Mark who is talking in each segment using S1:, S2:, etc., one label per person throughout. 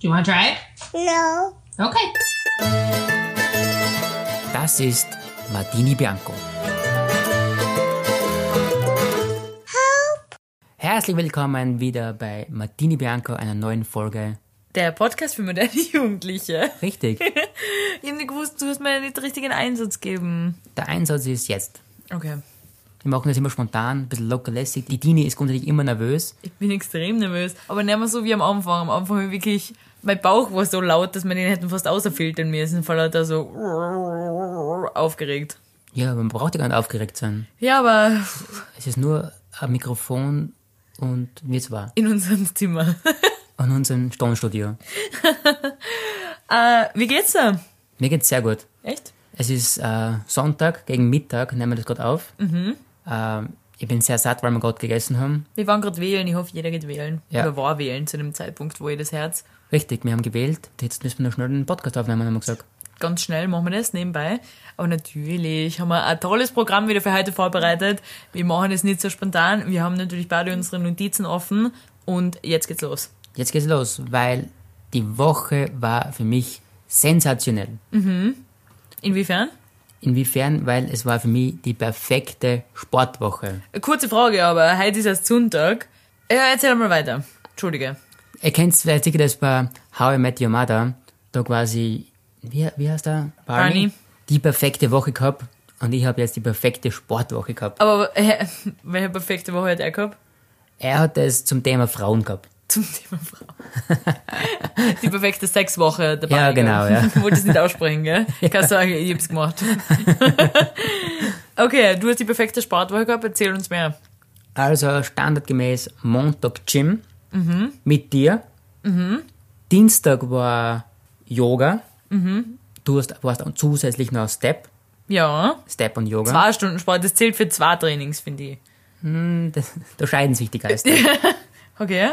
S1: you want to try it?
S2: No.
S1: Okay.
S3: Das ist Martini Bianco. Herzlich willkommen wieder bei Martini Bianco, einer neuen Folge.
S4: Der Podcast für moderne Jugendliche.
S3: Richtig,
S4: Ich hab nicht gewusst, du hast mir nicht den richtigen Einsatz geben.
S3: der Einsatz ist jetzt.
S4: Okay.
S3: Wir machen das immer spontan, ein bisschen locker lässig. Die Dini ist grundsätzlich immer nervös.
S4: Ich bin extrem nervös. Aber nicht mehr so wie am Anfang. Am Anfang hab ich wirklich. Mein Bauch war so laut, dass man den hätten fast auserfiltern müssen, weil er da so aufgeregt.
S3: Ja, man braucht ja gar nicht aufgeregt sein.
S4: Ja, aber
S3: Es ist nur ein Mikrofon und wir zwei.
S4: in unserem Zimmer.
S3: Und unserem Tonstudio.
S4: äh, wie geht's da?
S3: Mir geht's sehr gut.
S4: Echt?
S3: Es ist äh, Sonntag gegen Mittag, nehmen wir das gerade auf. Ähm, ich bin sehr satt, weil wir gerade gegessen haben.
S4: Wir waren gerade wählen. Ich hoffe, jeder geht wählen.
S3: Ja.
S4: Oder war wählen zu dem Zeitpunkt, wo ihr das Herz.
S3: Richtig, wir haben gewählt. Jetzt müssen wir noch schnell einen Podcast aufnehmen, haben wir gesagt.
S4: ganz schnell machen wir das nebenbei. Aber natürlich haben wir ein tolles Programm wieder für heute vorbereitet. Wir machen es nicht so spontan. Wir haben natürlich beide unsere Notizen offen und jetzt geht's los.
S3: Jetzt geht's los, weil die Woche war für mich sensationell.
S4: Inwiefern?
S3: Inwiefern? Weil es war für mich die perfekte Sportwoche.
S4: Eine kurze Frage, aber heute ist erst Sonntag. Ja, erzähl mal weiter. Entschuldige.
S3: Ihr kennt vielleicht sicher das bei How I Met Your Mother, da quasi, wie, wie heißt der?
S4: Barney.
S3: Die perfekte Woche gehabt und ich habe jetzt die perfekte Sportwoche gehabt.
S4: Aber äh, welche perfekte Woche hat er gehabt?
S3: Er hat es zum Thema Frauen gehabt.
S4: Zum Thema Frau. Die perfekte Sexwoche dabei.
S3: Ja, genau, ja.
S4: Wollte es nicht aussprechen, gell? Keine Sorge, ich hab's gemacht. okay, du hast die perfekte Sportwoche gehabt, erzähl uns mehr.
S3: Also standardgemäß Montag Gym mit dir. Dienstag war Yoga. Du hast, warst auch zusätzlich noch Step,
S4: Ja,
S3: Step und Yoga.
S4: zwei Stunden Sport, das zählt für zwei Trainings, finde ich.
S3: Hm, Das, da scheiden sich die Geister.
S4: Okay?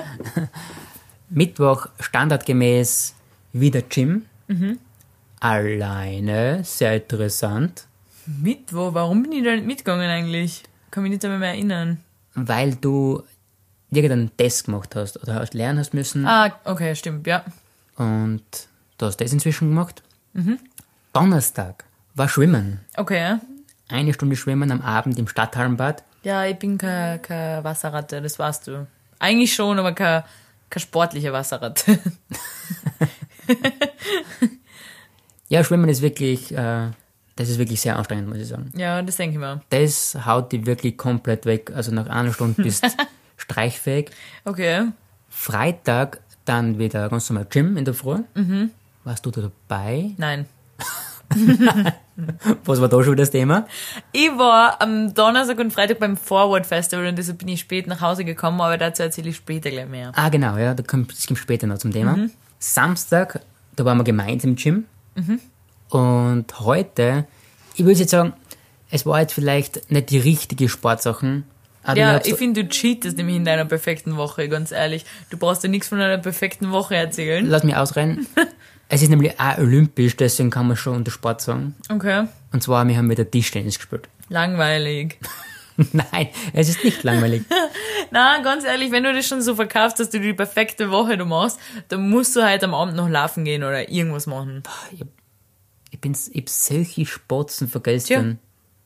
S3: Mittwoch standardgemäß wieder Gym. Alleine, sehr interessant,
S4: Mittwoch, warum bin ich da nicht mitgegangen eigentlich? Kann mich nicht einmal mehr erinnern.
S3: weil du irgendeinen Test gemacht hast oder hast lernen hast müssen.
S4: Ah, okay, stimmt, ja.
S3: Und du hast das inzwischen gemacht. Donnerstag war Schwimmen.
S4: Okay.
S3: eine Stunde schwimmen am Abend im Stadthallenbad.
S4: Ja, ich bin keine Wasserratte, das warst du. Eigentlich schon, aber keine sportliche Wasserratte.
S3: Ja, Schwimmen ist wirklich, äh, das ist wirklich sehr anstrengend, muss ich sagen.
S4: ja, das denke ich mir.
S3: Das haut die wirklich komplett weg. Also nach einer Stunde bist streichfähig.
S4: Okay.
S3: Freitag dann wieder ganz normal Gym in der Früh.
S4: Mhm.
S3: Warst du da dabei?
S4: Nein.
S3: Was war da schon wieder das Thema?
S4: Ich war am Donnerstag und Freitag beim Forward Festival und deshalb bin ich spät nach Hause gekommen, aber dazu erzähle ich später gleich mehr.
S3: Ah, genau, ja, da kommt, das kommt später noch zum Thema.
S4: Mhm.
S3: Samstag, da waren wir gemeinsam im Gym.
S4: Mhm.
S3: Und heute, ich würde jetzt sagen, es war jetzt vielleicht nicht die richtige Sportsachen. Aber
S4: Ja,
S3: hab's-
S4: ich finde, du cheatest nämlich in deiner perfekten Woche, ganz ehrlich. Du brauchst ja nichts von einer perfekten Woche erzählen.
S3: lass mich ausreden. es ist nämlich auch olympisch, deswegen kann man schon unter Sport sagen.
S4: Okay.
S3: Und zwar, wir haben wieder Tischtennis gespielt.
S4: Langweilig.
S3: Nein, es ist nicht langweilig.
S4: Na, ganz ehrlich, wenn du das schon so verkaufst, dass du die perfekte Woche du machst, dann musst du halt am Abend noch laufen gehen oder irgendwas machen.
S3: Ich bin ich hab solche Spatzen
S4: Tja.
S3: vergessen.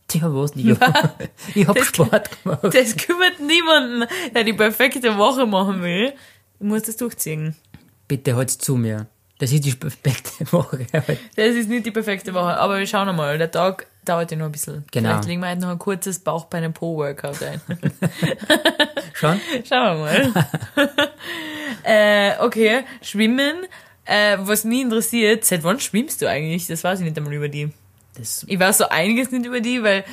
S3: Tja, was nicht. Ich hab, ich hab Sport gemacht.
S4: Das kümmert niemanden, der die perfekte Woche machen will. Du musst das durchziehen.
S3: Bitte halt's zu mir. Das ist die perfekte Woche.
S4: Das ist nicht die perfekte Woche, aber wir schauen mal. Der Tag dauert ja noch ein bisschen.
S3: Genau.
S4: Vielleicht legen wir halt noch ein kurzes Bauchbeine-Po-Workout ein.
S3: Schon?
S4: Schauen wir mal. äh, okay, schwimmen. Äh, was mich interessiert, seit wann schwimmst du eigentlich? Das weiß ich nicht einmal über die.
S3: Das,
S4: Ich weiß so einiges nicht über die, weil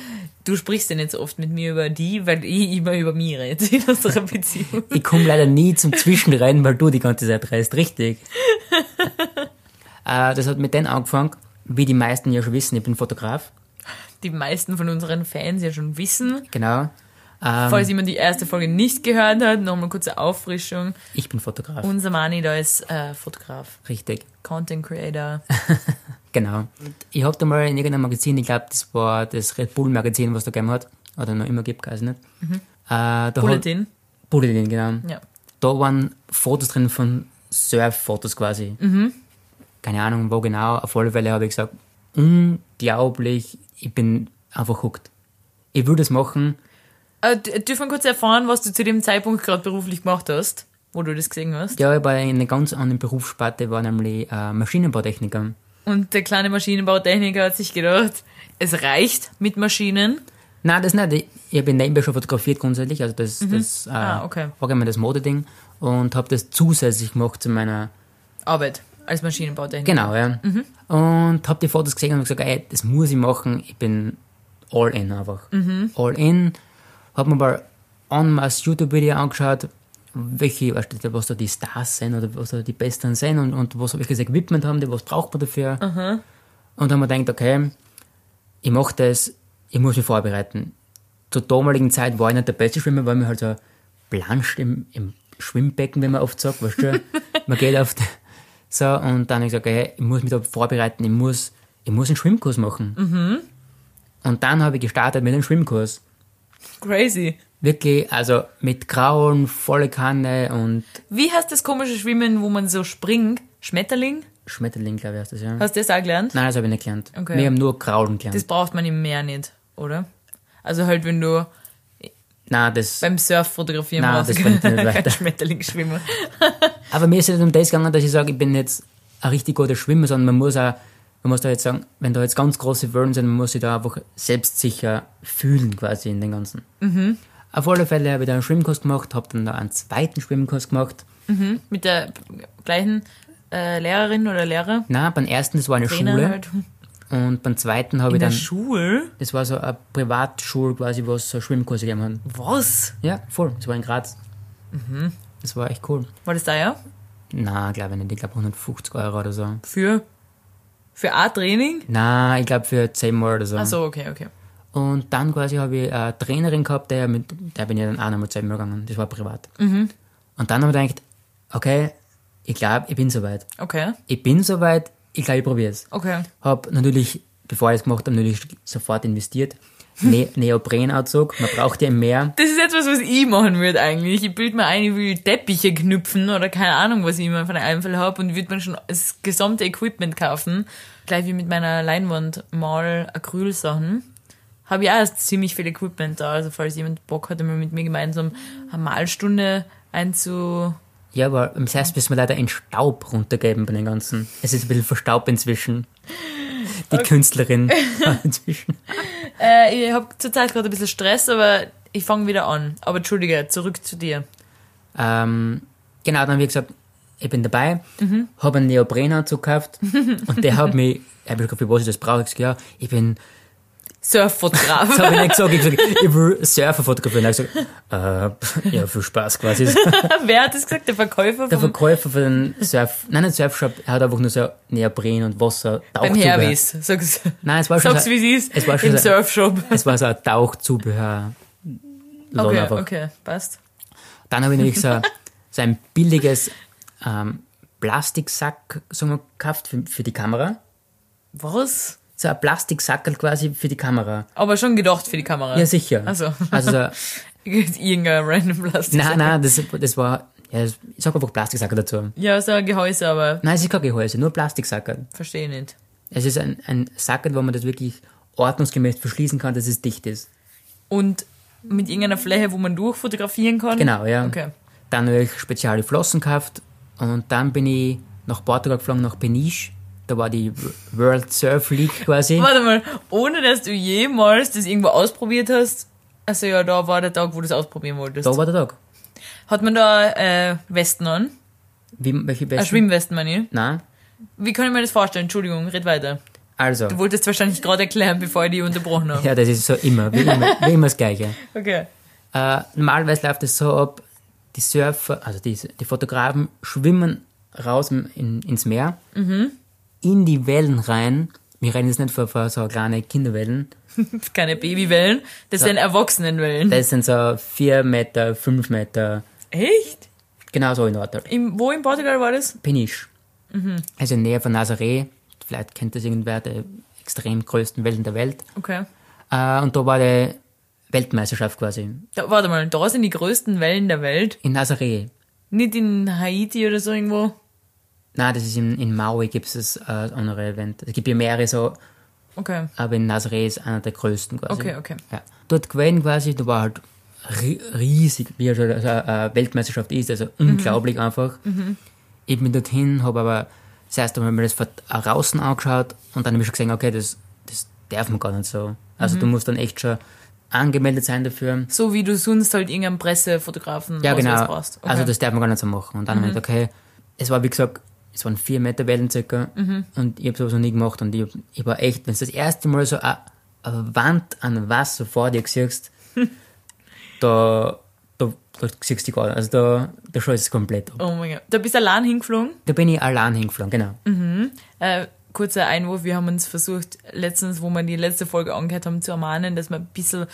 S4: du sprichst ja nicht so oft mit mir über die, weil ich immer über mich rede in unserer Beziehung.
S3: ich komme leider nie zum Zwischenrennen, weil du die ganze Zeit reist. Richtig. äh, das hat mit dem angefangen, wie die meisten ja schon wissen, ich bin Fotograf.
S4: Die meisten von unseren Fans ja schon wissen.
S3: Genau. Ähm,
S4: Falls jemand die erste Folge nicht gehört hat, nochmal kurze Auffrischung.
S3: Ich bin Fotograf.
S4: Unser Mani da ist äh, Fotograf,
S3: Richtig.
S4: Content Creator.
S3: Genau. Und ich hab da mal in irgendeinem Magazin, ich glaube, das war das Red Bull Magazin, was da gegeben hat, oder noch immer gibt, weiß ich nicht. Äh, da hat-
S4: Mhm. Bulletin.
S3: Bulletin, genau.
S4: Ja.
S3: Da waren Fotos drin von Surf-Fotos quasi.
S4: Mhm.
S3: Keine Ahnung, wo genau. Auf alle Fälle habe ich gesagt, unglaublich, ich bin einfach hooked. Ich würde es machen.
S4: Äh, d- dürfen wir kurz erfahren, was du zu dem Zeitpunkt gerade beruflich gemacht hast, wo du das gesehen hast?
S3: Ja, ich war in einer ganz anderen Berufssparte, war nämlich äh, Maschinenbautechniker.
S4: Und der kleine Maschinenbautechniker hat sich gedacht, es reicht mit Maschinen.
S3: Nein, das nicht. Ich, ich habe nebenbei schon fotografiert grundsätzlich, also das, das äh,
S4: Ah, okay.
S3: allgemein das Modeding und habe das zusätzlich gemacht zu meiner,
S4: Arbeit als Maschinenbautechniker.
S3: genau, ja.
S4: Mhm.
S3: Und habe die Fotos gesehen und hab gesagt, ey, das muss ich machen, ich bin all in einfach.
S4: Mhm.
S3: All in. Habe mir mal en masse YouTube-Video angeschaut, welche, weißt du, was da die Stars sind oder was da die Besten sind und, und was, welches Equipment haben die, was braucht man dafür. Und haben mir gedacht, okay, ich mache das, ich muss mich vorbereiten. Zur damaligen Zeit war ich nicht der beste Schwimmer, weil man halt so planscht im, im Schwimmbecken, wenn man oft sagt, weißt du, man geht auf die- so und dann habe ich gesagt, okay, ich muss mich da vorbereiten, ich muss, ich muss einen Schwimmkurs machen.
S4: Mhm.
S3: Und dann habe ich gestartet mit einem Schwimmkurs.
S4: Crazy.
S3: Wirklich, also mit Grauen, volle Kanne und
S4: Wie heißt das komische Schwimmen, wo man so springt? Schmetterling?
S3: Schmetterling, glaube ich, heißt das, ja.
S4: Hast du das auch gelernt?
S3: Nein, das habe ich nicht gelernt.
S4: Okay.
S3: Wir haben nur Grauen gelernt.
S4: Das braucht man im Meer nicht, oder? Also halt, wenn du
S3: nein, das,
S4: beim Surf fotografieren
S3: Nein,
S4: brauchst,
S3: das bringt nicht
S4: kein
S3: weiter.
S4: Schmetterling schwimmen.
S3: aber mir ist es nicht um das gegangen, dass ich sage, ich bin jetzt ein richtig guter Schwimmer, sondern man muss auch, man muss da jetzt sagen, wenn da jetzt ganz große Wellen sind, man muss sich da einfach selbstsicher fühlen, quasi in den Ganzen.
S4: Mhm.
S3: Auf alle Fälle habe ich da einen Schwimmkurs gemacht, habe dann da einen zweiten Schwimmkurs gemacht.
S4: Mit der gleichen äh, Lehrerin oder Lehrer?
S3: Na, beim ersten, das war eine
S4: Trainer
S3: Schule.
S4: halt. In
S3: Und beim zweiten habe ich
S4: der
S3: dann,
S4: Schule?
S3: das war so eine Privatschule quasi, wo es so Schwimmkurse gegeben hat.
S4: Was?
S3: Ja, voll. Das war in Graz.
S4: Mhm.
S3: Das war echt cool.
S4: War das da ja?
S3: Na, glaube ich nicht. Ich glaube 150 Euro oder so.
S4: Für? Für A-Training?
S3: Na, ich glaube für 10 Mal oder so.
S4: Ach so, okay, okay.
S3: Und dann quasi habe ich eine Trainerin gehabt, der mit der bin ich dann auch nochmal zu ihm gegangen. Das war privat. Und dann habe ich gedacht, okay, ich glaube, ich bin soweit.
S4: Okay,
S3: Ich bin soweit, ich glaube, ich probiere es.
S4: okay.
S3: Habe natürlich, bevor ich es gemacht habe, natürlich sofort investiert. Ne Neoprenanzug, man braucht ja mehr.
S4: Das ist etwas, was ich machen würde eigentlich. Ich bild mir ein, ich will Teppiche knüpfen oder keine Ahnung, was ich immer von Einfall habe und würde mir schon das gesamte Equipment kaufen. Gleich wie mit meiner Leinwand mal Acrylsachen. Habe ich auch erst ziemlich viel Equipment da. Also falls jemand Bock hat, immer mit mir gemeinsam eine Malstunde einzu...
S3: Ja, aber das heißt, müssen wir leider einen Staub runtergeben bei den ganzen. Es ist ein bisschen verstaubt inzwischen. Die Künstlerin inzwischen.
S4: Äh, ich habe zurzeit gerade ein bisschen Stress, aber ich fange wieder an. Aber entschuldige, zurück zu dir.
S3: Ähm, genau, dann wie gesagt, ich bin dabei,
S4: Mhm.
S3: habe einen Neoprenanzug gekauft und der hat mich, ich habe gesagt, für was ich das brauche, ich gesagt, ja, ich bin,
S4: Surffotograf.
S3: das habe ich nicht gesagt, ich, hab gesagt, ich will Surfer fotografieren. Und er hat gesagt, äh, ja, viel Spaß quasi.
S4: Wer hat das gesagt? Der Verkäufer
S3: Der
S4: vom,
S3: Verkäufer von den Surf, nein, nicht Surfshop, er hat einfach nur so Neopren und Wasser,
S4: beim
S3: Tauchzubehör.
S4: Herwes. Sag's,
S3: Nein, es war schon
S4: sag's
S3: so-
S4: wie sie ist.
S3: es war schon
S4: Im
S3: so-
S4: Surfshop.
S3: Es war so ein Tauchzubehör. Laden
S4: Okay,
S3: einfach.
S4: okay, passt.
S3: Dann habe ich nämlich so, so ein billiges ähm, Plastiksack sagen wir, gekauft für, für die Kamera.
S4: Was?
S3: So ein Plastiksackerl quasi für die Kamera.
S4: Aber schon gedacht für die Kamera.
S3: Ja, sicher.
S4: Ach so.
S3: Also, so,
S4: Irgendein random Plastik.
S3: nein, nein, das, das war, ja, das, ich sag einfach Plastiksackerl dazu.
S4: Ja, so ein Gehäuse, aber
S3: Nein, es ist kein Gehäuse, nur Plastiksackerl.
S4: verstehe nicht.
S3: Es ist ein, ein Sackerl, wo man das wirklich ordnungsgemäß verschließen kann, dass es dicht ist.
S4: Hm, Und mit irgendeiner Fläche, wo man durchfotografieren kann?
S3: Genau, ja.
S4: Okay.
S3: Dann habe ich spezielle Flossen gekauft und dann bin ich nach Portugal geflogen, nach Peniche. Da war die World Surf League quasi.
S4: Warte mal, ohne dass du jemals das irgendwo ausprobiert hast. Also ja, da war der Tag, wo du es ausprobieren wolltest.
S3: Da war der Tag.
S4: Hat man da äh, Westen an?
S3: Wie, welche
S4: Äh,
S3: besten?
S4: Schwimmwesten, meine ich.
S3: Nein.
S4: Wie kann ich mir das vorstellen? Entschuldigung, red weiter.
S3: Also.
S4: Du wolltest wahrscheinlich gerade erklären, bevor ich dich unterbrochen habe.
S3: Ja, das ist so immer, wie immer, wie immer das Gleiche.
S4: Okay.
S3: Äh, normalerweise läuft es so ab, die Surfer, also die, die Fotografen schwimmen raus im- in, ins Meer, in die Wellen rein. Wir reden jetzt nicht von, von so kleinen Kinderwellen.
S4: Keine Babywellen, das sind Erwachsenenwellen.
S3: Das sind so 4 Meter, 5 Meter,
S4: Echt?
S3: genau so in Ordnung.
S4: Im, wo in Portugal war das?
S3: Peniche. Also in Nähe von Nazaré. Vielleicht kennt das irgendwer, der extrem größten Wellen der Welt.
S4: Okay.
S3: Äh, und da war die Weltmeisterschaft quasi.
S4: Da, warte mal, da sind die größten Wellen der Welt.
S3: In Nazaré.
S4: Nicht in Haiti oder so irgendwo.
S3: Nein, das ist in, in Maui gibt es das äh, andere Event. Es gibt ja mehrere so,
S4: Okay.
S3: aber in Nazaré ist einer der größten quasi.
S4: Okay, okay.
S3: Ja. Dort gewesen quasi, da war halt ri- riesig, wie halt also eine Weltmeisterschaft ist, also
S4: Mhm.
S3: unglaublich einfach. Ich bin dorthin, habe aber das erste Mal mir das von draußen angeschaut und dann habe ich schon gesehen, okay, das, das darf man gar nicht so.
S4: Mhm.
S3: Also du musst dann echt schon angemeldet sein dafür.
S4: So wie du sonst halt irgendeinen Pressefotografen
S3: Ja,
S4: Ausweis
S3: genau.
S4: brauchst. Okay. Mhm.
S3: Also das darf man gar nicht so machen. Und dann habe ich gedacht, okay, es war wie gesagt, es waren vier Meter Wellen circa
S4: Mhm.
S3: und ich habe sowas noch nie gemacht und ich, hab- ich war echt, wenn du das erste Mal so eine eine Wand an Wasser vor dir siehst, da, da, da siehst du gar nicht. Also da, da schaust es komplett ab.
S4: oh mein Gott. Da bist du allein hingeflogen.
S3: Da bin ich allein hingeflogen, genau.
S4: Mhm. Äh, kurzer Einwurf, wir haben uns versucht, letztens, wo wir die letzte Folge angehört haben, zu ermahnen, dass wir ein bisschen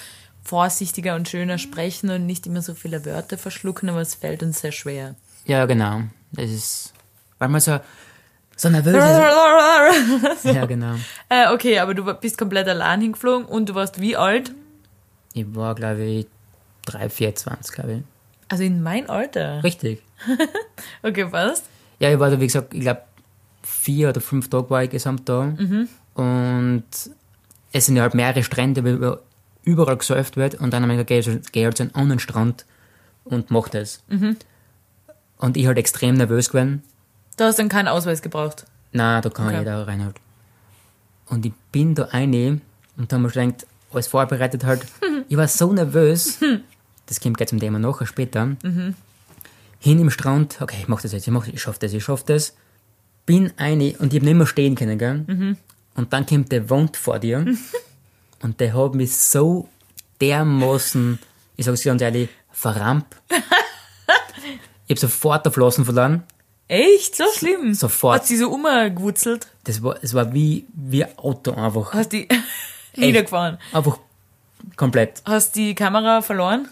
S4: vorsichtiger und schöner sprechen und nicht immer so viele Wörter verschlucken, aber es fällt uns sehr schwer.
S3: Ja, genau. Das ist, weil man so, so nervös ist. ja, genau.
S4: äh, okay, aber du bist komplett allein hingeflogen und du warst wie alt?
S3: Ich war, glaube ich, 3, 4, 20, glaube ich.
S4: Also in mein Alter.
S3: Richtig.
S4: Okay, passt.
S3: Ja, ich war da, wie gesagt, ich glaube, vier oder fünf Tage war ich gesamt da. Und es sind ja halt mehrere Strände, wo über- überall gesurft wird. Und dann haben wir gesagt, okay, geh halt zu einem anderen Strand und mach das. Und ich halt extrem nervös gewesen.
S4: Da hast du dann keinen Ausweis gebraucht.
S3: Na, da kann
S4: Okay.
S3: jeder rein halt. Und ich bin da rein und da haben wir schon gedacht, alles vorbereitet halt. ich war so nervös. das kommt gleich zum Thema nachher später. Hin im Strand, okay, ich mach das jetzt, ich, mach, ich schaff das, ich schaff das. Bin eine und ich hab nicht mehr stehen können, gell? Und dann kommt der Wand vor dir und der hat mich so dermaßen, ich sag's ganz ehrlich, verrampt. ich hab sofort der Flossen verloren.
S4: Echt? So schlimm?
S3: sofort.
S4: Hat sie so umgewurzelt?
S3: Das war, es war wie, wie ein Auto einfach.
S4: Hast die niedergefahren?
S3: Einfach komplett.
S4: Hast die Kamera verloren?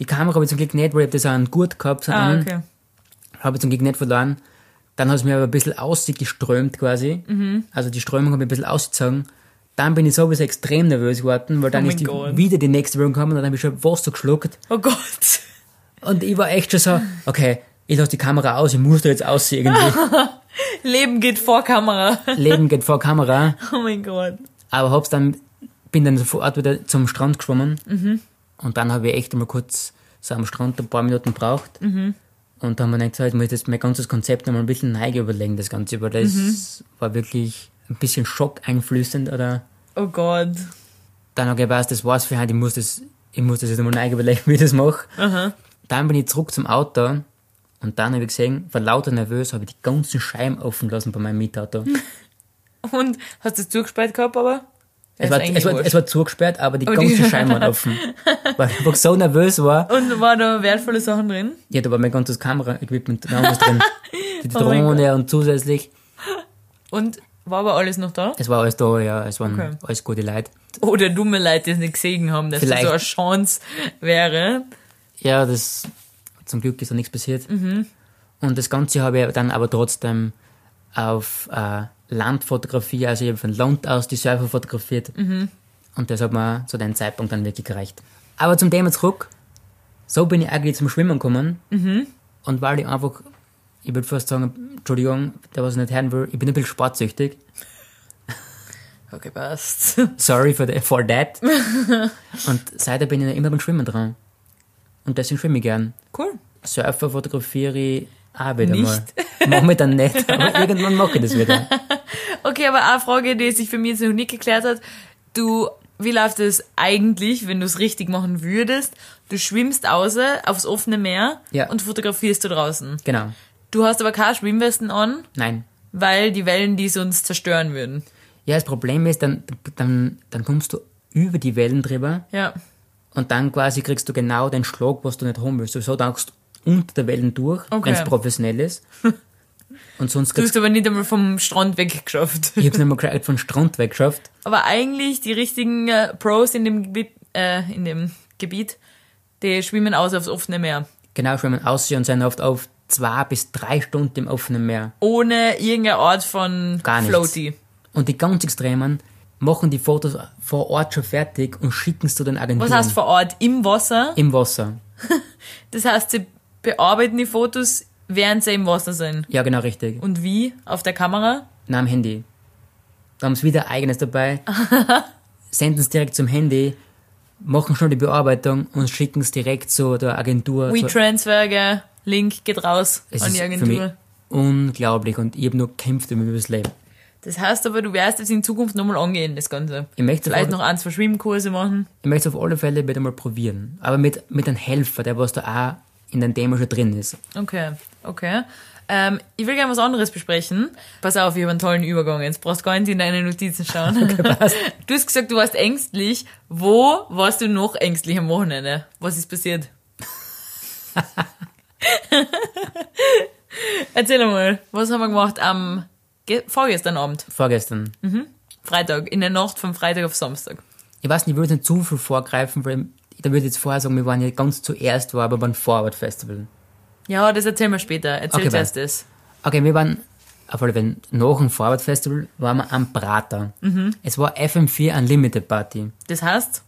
S3: Die Kamera habe ich zum Glück nicht, weil ich hab das auch einen Gurt gehabt so
S4: Ah,
S3: einen,
S4: okay.
S3: habe ich zum Glück nicht verloren. Dann hat es mir aber ein bisschen ausgeströmt quasi.
S4: Mhm.
S3: Also die Strömung hat mir ein bisschen ausgezogen. Dann bin ich sowieso extrem nervös geworden, weil dann
S4: Oh
S3: ist
S4: mein
S3: die,
S4: Gott.
S3: wieder die nächste Welle gekommen und dann habe ich schon Wasser geschluckt.
S4: Oh Gott.
S3: Und ich war echt schon so, okay, ich lasse die Kamera aus, ich muss da jetzt aussehen irgendwie.
S4: Leben geht vor Kamera.
S3: Leben geht vor Kamera.
S4: Oh mein Gott.
S3: Aber hab's dann, bin dann sofort wieder zum Strand geschwommen. Und dann habe ich echt einmal kurz so am Strand ein paar Minuten gebraucht. Und da haben wir gedacht, so, jetzt muss ich das, mein ganzes Konzept nochmal ein bisschen neu überlegen, das Ganze. Aber das war wirklich ein bisschen schockeinflößend. Oder
S4: Oh Gott.
S3: dann habe ich gewusst, das war's für heute, ich muss das, ich muss das jetzt einmal neu überlegen, wie ich das mache. Dann bin ich zurück zum Auto. Und dann habe ich gesehen, vor lauter nervös habe ich die ganzen Scheiben offen lassen bei meinem Mietauto.
S4: Und hast du es zugesperrt gehabt, aber?
S3: Es
S4: Ist
S3: war,
S4: eigentlich
S3: es, war,
S4: wurscht.
S3: es war zugesperrt, aber die
S4: Aber die-
S3: ganzen Scheiben waren offen. Weil ich einfach so nervös war.
S4: Und war da wertvolle Sachen drin?
S3: Ja, da war mein ganzes Kamera-Equipment da was drin. Die
S4: Oh mein
S3: Drohne und zusätzlich.
S4: Und war aber alles noch da?
S3: Es war alles da, ja. Es waren
S4: Okay.
S3: alles gute Leute.
S4: Oder dumme Leute, die es nicht gesehen haben, dass das
S3: Vielleicht.
S4: so eine Chance wäre.
S3: Ja, das, zum Glück ist da nichts passiert. Und das Ganze habe ich dann aber trotzdem auf äh, Landfotografie, also ich habe von Land aus die Surfer fotografiert. Und das hat mir zu dem Zeitpunkt dann wirklich gereicht. Aber zum Thema zurück. So bin ich eigentlich zum Schwimmen gekommen. Und weil ich einfach, ich würde fast sagen, Entschuldigung, der was ich nicht hören will, ich bin ein bisschen sportsüchtig.
S4: Okay, passt.
S3: Sorry for, the, for that. und seitdem bin ich noch immer beim Schwimmen dran. Und deswegen schwimme ich gern.
S4: Cool.
S3: Surfer fotografiere ich auch wieder
S4: Nicht?
S3: mal. Momentan nicht, aber irgendwann mache ich das wieder.
S4: Okay, aber eine Frage, die sich für mich jetzt noch nicht geklärt hat. Du, wie läuft es eigentlich, wenn du es richtig machen würdest? Du schwimmst außer aufs offene Meer
S3: Ja.
S4: und fotografierst du draußen.
S3: Genau.
S4: Du hast aber keine Schwimmwesten an,
S3: Nein.
S4: weil die Wellen die uns zerstören würden.
S3: Ja, das Problem ist, dann, dann, dann kommst du über die Wellen drüber
S4: Ja.
S3: und dann quasi kriegst du genau den Schlag, was du nicht haben willst. Sowieso dankst du unter der Wellen durch, wenn's
S4: Okay.
S3: wenn es professionell ist. Und sonst
S4: Du
S3: kriegst
S4: hast aber nicht einmal vom Strand weggeschafft.
S3: ich hab's nicht mal gescheit von Strand weggeschafft.
S4: Aber eigentlich die richtigen äh, Pros in dem Gebiet, äh, in dem Gebiet, die schwimmen aus aufs offene Meer.
S3: Genau, schwimmen aussehen und sind oft auf zwei bis drei Stunden im offenen Meer.
S4: Ohne irgendeine Art von
S3: Gar nichts.
S4: Floaty.
S3: Und die ganz Extremen machen die Fotos vor Ort schon fertig und schicken es zu den Agenturen.
S4: Was heißt vor Ort? Im Wasser?
S3: Im Wasser.
S4: Das heißt, sie bearbeiten die Fotos, während sie im Wasser sind.
S3: Ja, genau, richtig.
S4: Und wie? Auf der Kamera?
S3: Na, am Handy. Da haben sie wieder eigenes dabei, senden es direkt zum Handy, machen schon die Bearbeitung und schicken es direkt zu der Agentur. zur-
S4: WeTransfer, gell? Link geht raus
S3: Also- Es
S4: an
S3: ist
S4: die
S3: für mich
S4: Agentur.
S3: unglaublich und ich habe nur gekämpft um mein Leben.
S4: Das heißt aber, du wirst jetzt in Zukunft nochmal angehen, das Ganze.
S3: Ich möchte, auf
S4: Vielleicht noch
S3: alle,
S4: eins für Schwimmkurse machen.
S3: ich möchte es auf alle Fälle wieder mal probieren. Aber mit, mit einem Helfer, der was da auch in dem Thema schon drin ist.
S4: Okay, okay. Ähm, ich will gerne was anderes besprechen. Pass auf, ich habe einen tollen Übergang. Jetzt brauchst du gar nicht in deine Notizen schauen. du hast gesagt, du warst ängstlich. Wo warst du noch ängstlich am Wochenende? Was ist passiert? Erzähl mal, was haben wir gemacht am ge vorgestern Abend,
S3: Vorgestern.
S4: Mhm. Freitag, in der Nacht von Freitag auf Samstag?
S3: Ich weiß nicht, ich würde nicht zu viel vorgreifen, weil da würde ich jetzt vorher sagen, wir waren ja ganz zuerst, war aber beim Forward Festival.
S4: Ja, das erzählen wir später. Erzähl
S3: Okay,
S4: zuerst das.
S3: Okay, wir waren, auf alle Fälle, nach dem Forward Festival waren wir am Prater.
S4: Mhm.
S3: Es war FM4 Unlimited Party.
S4: Das heißt,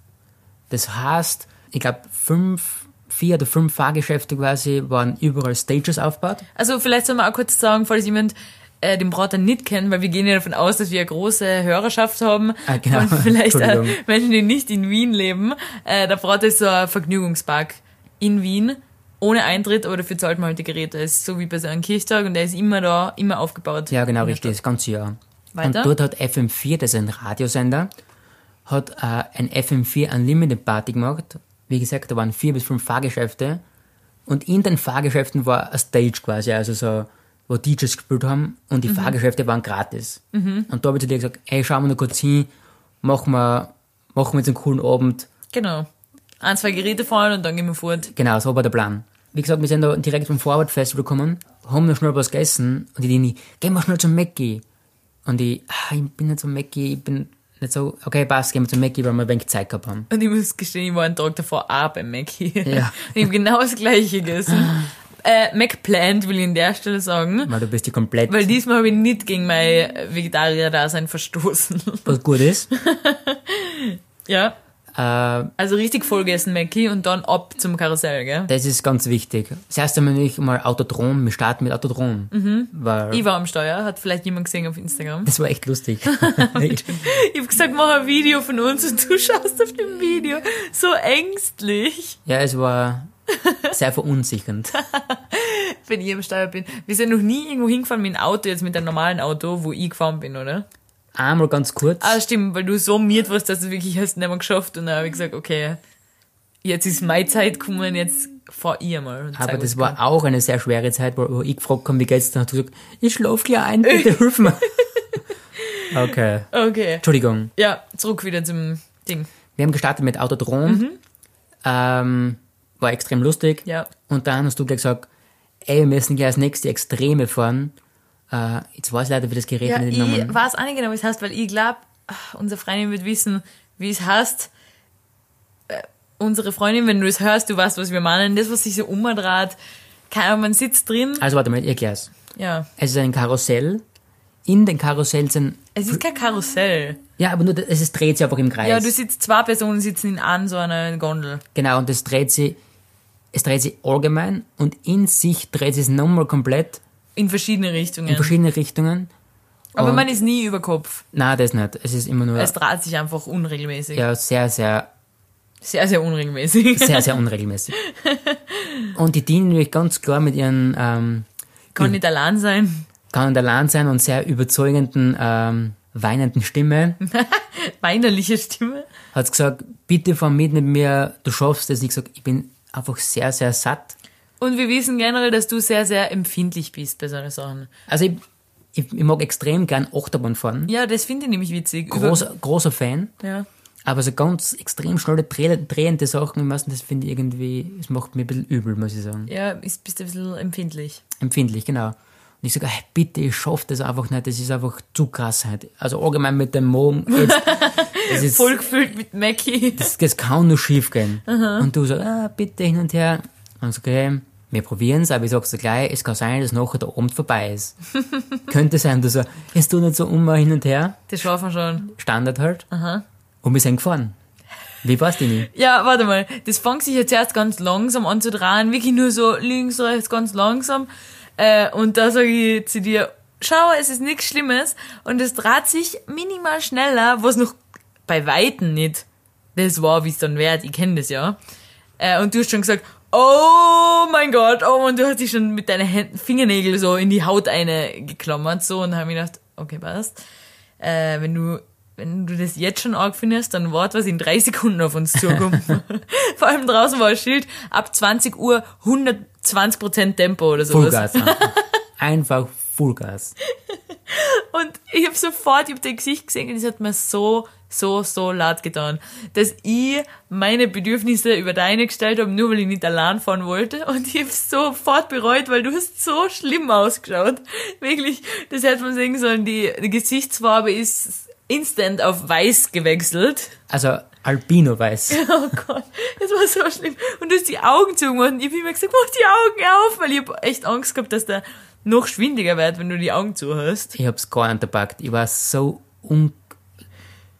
S3: Das heißt, ich glaube, fünf, vier oder fünf Fahrgeschäfte quasi waren überall Stages aufgebaut.
S4: Also vielleicht soll man auch kurz sagen, falls jemand äh, den Brater nicht kennt, weil wir gehen ja davon aus, dass wir eine große Hörerschaft haben
S3: Ah, genau.
S4: und vielleicht äh, auch
S3: Entschuldigung.
S4: Menschen, die nicht in Wien leben. Äh, der Brater ist so ein Vergnügungspark in Wien, ohne Eintritt, aber dafür zahlt man halt die Geräte. Das ist so wie bei so einem Kirchtag und der ist immer da, immer aufgebaut.
S3: Ja, genau, richtig, das ganze Jahr.
S4: Weiter?
S3: Und dort hat FM4, das ist ein Radiosender, hat äh, ein FM4 Unlimited Party gemacht. Wie gesagt, da waren vier bis fünf Fahrgeschäfte. Und in den Fahrgeschäften war ein Stage quasi, also so, wo DJs gespielt haben und die Fahrgeschäfte waren gratis. Und da habe ich zu dir gesagt, ey, schauen wir noch kurz hin, machen wir, machen wir jetzt einen coolen Abend.
S4: Genau. Ein, zwei Geräte fahren und dann gehen wir fort.
S3: Genau, so war der Plan. Wie gesagt, wir sind da direkt vom Forward Festival gekommen, haben noch schnell was gegessen und die Dini, gehen wir schnell zum Mackie. Und ich, ah, ich bin nicht zum Mackie, ich bin nicht so, okay, passt, gehen wir zum Mackie, weil wir ein wenig Zeit gehabt haben.
S4: Und ich muss gestehen, ich war einen Tag davor auch beim Mackie.
S3: Ja.
S4: Ich habe genau das gleiche gegessen. äh, McPlant will ich an der Stelle sagen.
S3: Weil du bist die komplett,
S4: Weil diesmal habe ich nicht gegen mein Vegetarier-Dasein verstoßen.
S3: was gut ist.
S4: ja.
S3: äh,
S4: Also richtig vollgessen, Mackie, und dann ab zum Karussell, gell?
S3: das ist ganz wichtig. Das erste Mal nämlich mal Autodrom, wir starten mit Autodrom. Weil,
S4: Mhm. Ich war am Steuer, hat vielleicht jemand gesehen auf Instagram.
S3: das war echt lustig.
S4: Ich habe gesagt, mach ein Video von uns und du schaust auf dem Video. So ängstlich,
S3: ja, es war sehr verunsichernd.
S4: wenn ich am Steuer bin. Wir sind noch nie irgendwo hingefahren mit dem Auto, jetzt mit einem normalen Auto, wo ich gefahren bin, oder?
S3: Einmal ganz kurz.
S4: Ah, stimmt, weil du so miert warst, dass du wirklich hast nicht mehr geschafft. Und dann habe ich gesagt, okay, jetzt ist meine Zeit gekommen, jetzt fahr ich mal. Und
S3: Aber
S4: zeig, was
S3: das
S4: ich
S3: war auch eine sehr schwere Zeit, wo wo ich gefragt habe, wie geht's dir? Und du gesagt, ich schlaf gleich ein, bitte hilf mir. okay.
S4: kann. Okay.
S3: Entschuldigung.
S4: Ja, zurück wieder zum Ding.
S3: Wir haben gestartet mit Autodrom. Ähm, war extrem lustig.
S4: Mhm. Ja.
S3: Und dann hast du gleich gesagt, ey, wir müssen gleich als nächste Extreme fahren. Äh, jetzt weiß ich leider, wie das Gerät
S4: Ja,
S3: nicht
S4: ich
S3: genommen
S4: weiß auch nicht genau, was es heißt, weil ich glaube, unsere Freundin wird wissen, wie es heißt. Äh, Unsere Freundin, wenn du es hörst, du weißt, was wir meinen. Das, was sich so umdreht, keine Ahnung, man sitzt drin.
S3: Also warte mal, ihr Glas.
S4: Ja,
S3: Es ist ein Karussell. In den Karussell sind,
S4: es ist kein Karussell.
S3: ja, aber nur, das- es dreht sich einfach im Kreis.
S4: Ja, du sitzt, zwei Personen sitzen in an so einer Gondel.
S3: Genau, und das dreht sich, es dreht sich allgemein und in sich dreht sich es nochmal komplett
S4: In verschiedene Richtungen.
S3: in verschiedene Richtungen.
S4: Aber
S3: und-
S4: man ist nie über Kopf.
S3: Nein, das nicht. Es ist immer nur
S4: Es dreht sich einfach unregelmäßig.
S3: ja, sehr, sehr,
S4: Sehr, sehr unregelmäßig.
S3: sehr, sehr unregelmäßig. und die dienen nämlich ganz klar mit ihren, ähm,
S4: Kann nicht allein sein.
S3: kann und allein sein und sehr überzeugenden, ähm, weinenden Stimme,
S4: Weinerliche Stimme.
S3: hat gesagt, bitte fahr mit mit mir, du schaffst es. Ich gesagt, ich bin einfach sehr, sehr satt.
S4: Und wir wissen generell, dass du sehr, sehr empfindlich bist bei solchen Sachen.
S3: Also ich, ich, ich mag extrem gern Achterbahn fahren.
S4: Ja, das finde ich nämlich witzig. Über-
S3: Großer, großer Fan.
S4: Ja.
S3: Aber so ganz extrem schnelle, dreh- drehende Sachen im Massen, das finde ich irgendwie, das macht mir ein bisschen übel, muss ich sagen.
S4: ja, ist, bist du ein bisschen empfindlich.
S3: Empfindlich, genau. Und ich sage, ey, bitte, ich schaffe das einfach nicht, das ist einfach zu krass heute. Also allgemein mit dem Morgen, jetzt, das, ist,
S4: Voll gefüllt mit Mackie.
S3: das, das kann nur schief gehen. Und du sagst, ah, bitte hin und her. Und ich sage, okay, wir probieren es, aber ich sag's dir gleich, es kann sein, dass nachher der Abend vorbei ist. Könnte sein, dass er, es tut nicht so um hin und her,
S4: Das schaffen wir schon.
S3: Standard halt. Und wir sind gefahren. Wie war's denn?
S4: Ja, warte mal. Das fängt sich jetzt erst ganz langsam an zu drehen. Wirklich nur so links, rechts, ganz langsam. Äh, und da sage ich zu dir, schau, es ist nichts Schlimmes. Und es dreht sich minimal schneller, was noch bei Weitem nicht das war, wie es dann wird. Ich kenne das ja. Äh, und du hast schon gesagt, oh mein Gott, oh, und du hast dich schon mit deinen Händen, Fingernägel so in die Haut eine geklammert, so, und haben mir gedacht, okay, passt. Äh, wenn du, wenn du das jetzt schon arg findest, dann wart, was in drei Sekunden auf uns zukommt. Vor allem draußen war ein Schild, ab 20 Uhr 120% Tempo oder sowas.
S3: Vollgas. einfach. Einfach Vollgas.
S4: Und ich habe sofort, ich hab dein Gesicht gesehen und das hat mir so, so, so leid getan, dass ich meine Bedürfnisse über deine gestellt habe, nur weil ich nicht allein fahren wollte. Und ich habe sofort bereut, weil du hast so schlimm ausgeschaut. Wirklich, das hätte man sehen sollen, die, die Gesichtsfarbe ist instant auf weiß gewechselt.
S3: Also Albino weiß.
S4: Oh Gott, das war so schlimm. Und du hast die Augen zugemacht und ich habe immer gesagt, mach die Augen auf, weil ich hab echt Angst gehabt, dass der noch schwindiger wird, wenn du die Augen zuhörst.
S3: Ich hab's gar nicht gepackt. Ich war so un...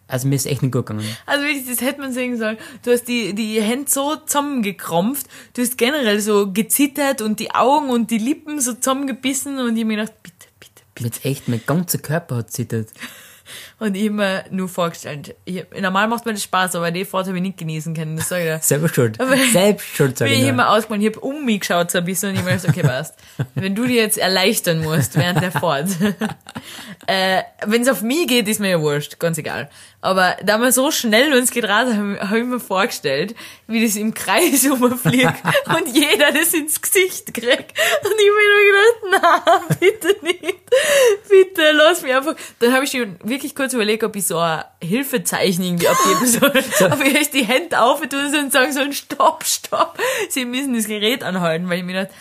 S3: Also mir ist echt nicht gut gegangen.
S4: Also wirklich, das hätte man sehen sollen. Du hast die, die Hände so zusammengekrampft, du hast generell so gezittert und die Augen und die Lippen so zusammengebissen und ich hab mir gedacht, bitte, bitte, bitte.
S3: Mit echt, mein ganzer Körper hat zittert.
S4: Und ich hab mir nur vorgestellt, ich, normal macht mir das Spaß, aber die Fahrt habe ich nicht genießen können, das sag ich dir.
S3: Selber schuld. Selbst schuld, sag
S4: Wie
S3: ich
S4: ich
S3: nur.
S4: immer ausgemalt, ich hab um mich geschaut so ein bisschen und ich hab mir gedacht, okay, passt. Wenn du dir jetzt erleichtern musst während der Fahrt. äh, Wenn es auf mich geht, ist mir ja wurscht, ganz egal. Aber da wir so schnell uns gedreht haben, habe ich mir vorgestellt, wie das im Kreis rumfliegt und jeder das ins Gesicht kriegt. Und ich hab mir nur gedacht, na bitte nicht. Bitte, lass mich einfach. Dann habe ich schon wirklich kurz überlegt, ob ich so ein Hilfezeichen irgendwie abgeben soll. Ob ich euch die Hände aufetun soll und sagen soll, stopp, stopp. Sie müssen das Gerät anhalten, weil ich mir dachte,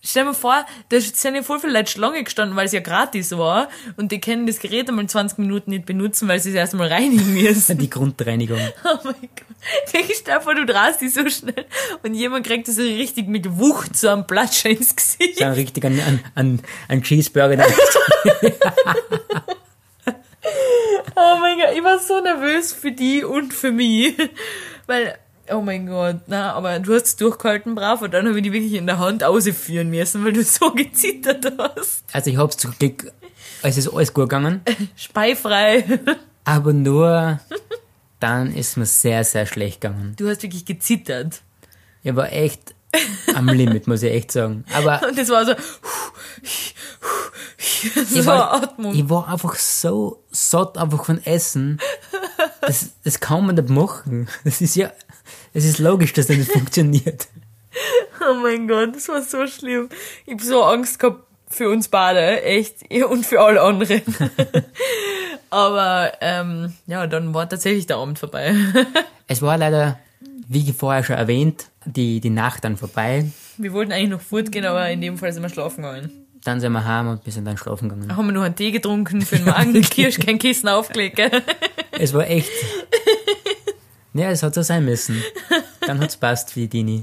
S4: Stell mir vor, da sind ja voll viele Leute Schlange gestanden, weil es ja gratis war und die können das Gerät einmal 20 Minuten nicht benutzen, weil sie es erstmal reinigen müssen.
S3: Die Grundreinigung.
S4: Oh mein Gott. Denk ich davor, du drast dich so schnell und jemand kriegt das so richtig mit Wucht so einen Platscher ins Gesicht.
S3: So ein richtig an, an, an, an Cheeseburger. Nein,
S4: Oh mein Gott, ich war so nervös für die und für mich. Weil, oh mein Gott, na, aber du hast es durchgehalten, brav, und dann habe ich die wirklich in der Hand ausführen müssen, weil du so gezittert hast.
S3: Also ich hab's zum Glück, es ist alles gut gegangen,
S4: Speifrei.
S3: aber nur dann ist mir sehr, sehr schlecht gegangen.
S4: Du hast wirklich gezittert.
S3: Ich war echt am Limit, muss ich echt sagen. Aber
S4: Und das war so,
S3: ich
S4: so
S3: war,
S4: Atmung.
S3: ich war einfach so satt einfach von Essen. Das, das kann man nicht machen. Das ist ja, es ist logisch, dass das nicht funktioniert.
S4: Oh mein Gott, das war so schlimm. Ich hab so Angst gehabt für uns beide, echt, und für alle anderen. Aber ähm, ja, dann war tatsächlich der Abend vorbei.
S3: Es war leider, wie vorher schon erwähnt, die, die Nacht dann vorbei.
S4: Wir wollten eigentlich noch fortgehen, aber in dem Fall sind wir schlafen gegangen.
S3: Dann sind wir heim und wir sind dann schlafen gegangen.
S4: Da haben wir noch einen Tee getrunken für den Magen, Kirsch, kein Kissen aufgelegt. Gell?
S3: Es war echt. Ja, es hat so sein müssen. Dann hat's passt für die Dini.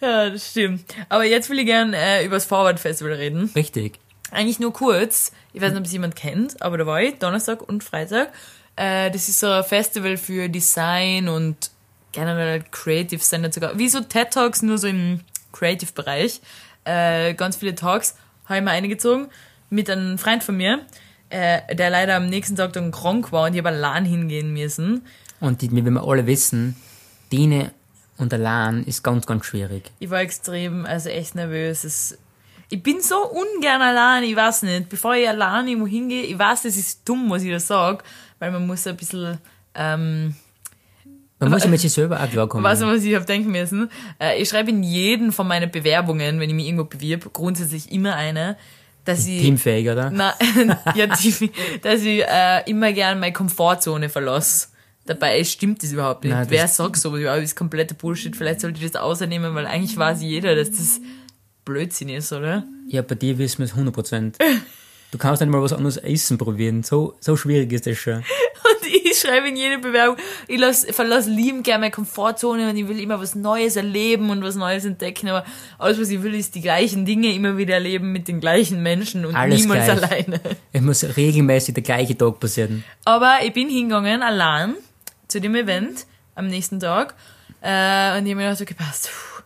S4: Ja, das stimmt. Aber jetzt will ich gern äh, über das Forward Festival reden.
S3: Richtig.
S4: eigentlich nur kurz. Ich weiß nicht, ob es jemand kennt, aber da war ich Donnerstag und Freitag. Äh, das ist so ein Festival für Design und generell halt Creative Standards sogar. Wie so TED Talks, nur so im Creative-Bereich. Äh, ganz viele Talks habe ich mir eingezogen mit einem Freund von mir, äh, der leider am nächsten Tag dann krank war und ich habe allein hingehen müssen.
S3: Und die, wie wir alle wissen, Dine und Alan ist ganz, ganz schwierig.
S4: Ich war extrem, also echt nervös. Es, ich bin so ungern allein, ich weiß nicht. Bevor ich allein irgendwo hingehe, ich weiß, das ist dumm, was ich da sage, weil man muss ein bisschen, ähm,
S3: Man muss ja mit sich selber auch klarkommen.
S4: weiß nicht, was ich hab denken müssen. Äh, ich schreibe in jeden von meinen Bewerbungen, wenn ich mich irgendwo bewirb, grundsätzlich immer eine, dass ich...
S3: Teamfähig, oder?
S4: Na, ja, die, dass ich äh, immer gern meine Komfortzone verlasse. Dabei stimmt das überhaupt nicht.
S3: Nein, das-
S4: Wer sagt sowas überhaupt? Das ist komplette Bullshit. Vielleicht sollte ich das außernehmen, weil eigentlich weiß jeder, dass das Blödsinn ist, oder?
S3: Ja, bei dir wissen wir es 100%. Du kannst nicht mal was anderes essen probieren. So, so schwierig ist das schon.
S4: Und ich schreibe in jede Bewerbung, ich lass, verlasse lieben gern meine Komfortzone und ich will immer was Neues erleben und was Neues entdecken, aber alles, was ich will, ist die gleichen Dinge immer wieder erleben mit den gleichen Menschen und
S3: Alles
S4: niemals
S3: gleich.
S4: alleine.
S3: Es muss regelmäßig der gleiche Tag passieren.
S4: Aber ich bin hingegangen, allein, zu dem Event, am nächsten Tag. Äh, und ich habe mir gedacht, okay, passt. Puh.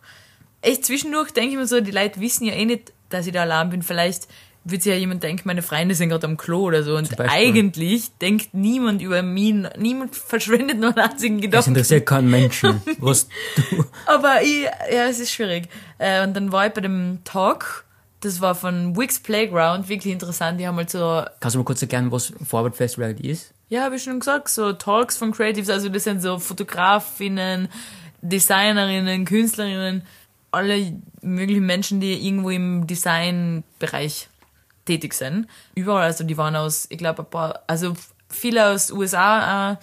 S4: Echt zwischendurch denke ich mir so, die Leute wissen ja eh nicht, dass ich da Alarm bin. Vielleicht wird sich ja jemand denken, meine Freunde sind gerade am Klo oder so. Und
S3: Beispiel.
S4: eigentlich denkt niemand über mich, niemand verschwendet nur einen einzigen
S3: Das
S4: Gedanken.
S3: interessiert keinen Menschen. Was du.
S4: Aber ich, ja, es ist schwierig. Äh, und dann war ich bei dem Talk, das war von Wix Playground, wirklich interessant. Die haben halt so,
S3: Kannst du mal kurz erklären, was Forward Fest Reality ist?
S4: ja, habe ich schon gesagt, so Talks von Creatives, also das sind so Fotografinnen, Designerinnen, Künstlerinnen, alle möglichen Menschen, die irgendwo im Designbereich tätig sind. Überall, also die waren aus, ich glaube, ein paar, also viele aus USA äh,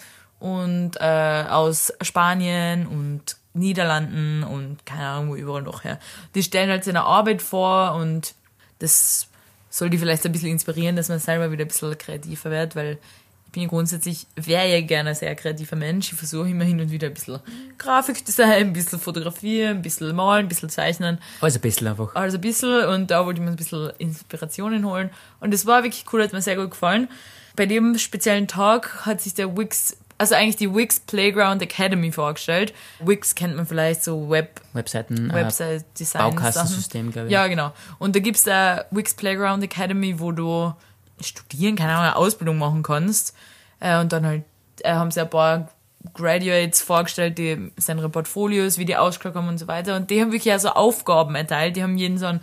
S4: und äh, aus Spanien und Niederlanden und keine Ahnung, wo überall noch her. Die stellen halt seine Arbeit vor und das soll die vielleicht ein bisschen inspirieren, dass man selber wieder ein bisschen kreativer wird, weil ich bin ja grundsätzlich, wäre ja gerne ein sehr kreativer Mensch. Ich versuche immer hin und wieder ein bisschen Grafikdesign, ein bisschen fotografieren, ein bisschen malen, ein bisschen zeichnen.
S3: Also ein bisschen einfach.
S4: Also ein bisschen und da wollte ich mir ein bisschen Inspirationen holen. Und es war wirklich cool, hat mir sehr gut gefallen. Bei dem speziellen Talk hat sich der Wix, also eigentlich die Wix Playground Academy vorgestellt. Wix kennt man vielleicht so Web,
S3: Webseiten, äh,
S4: Website Design.
S3: Baukastensystem, glaube ich.
S4: Ja, genau. Und da gibt's da Wix Playground Academy, wo du studieren, keine Ahnung, eine Ausbildung machen kannst. Äh, und dann halt äh, haben sie ein paar Graduates vorgestellt, die seine Portfolios, wie die ausgeschaut haben und so weiter. Und die haben wirklich ja so Aufgaben erteilt. Die haben jeden so einen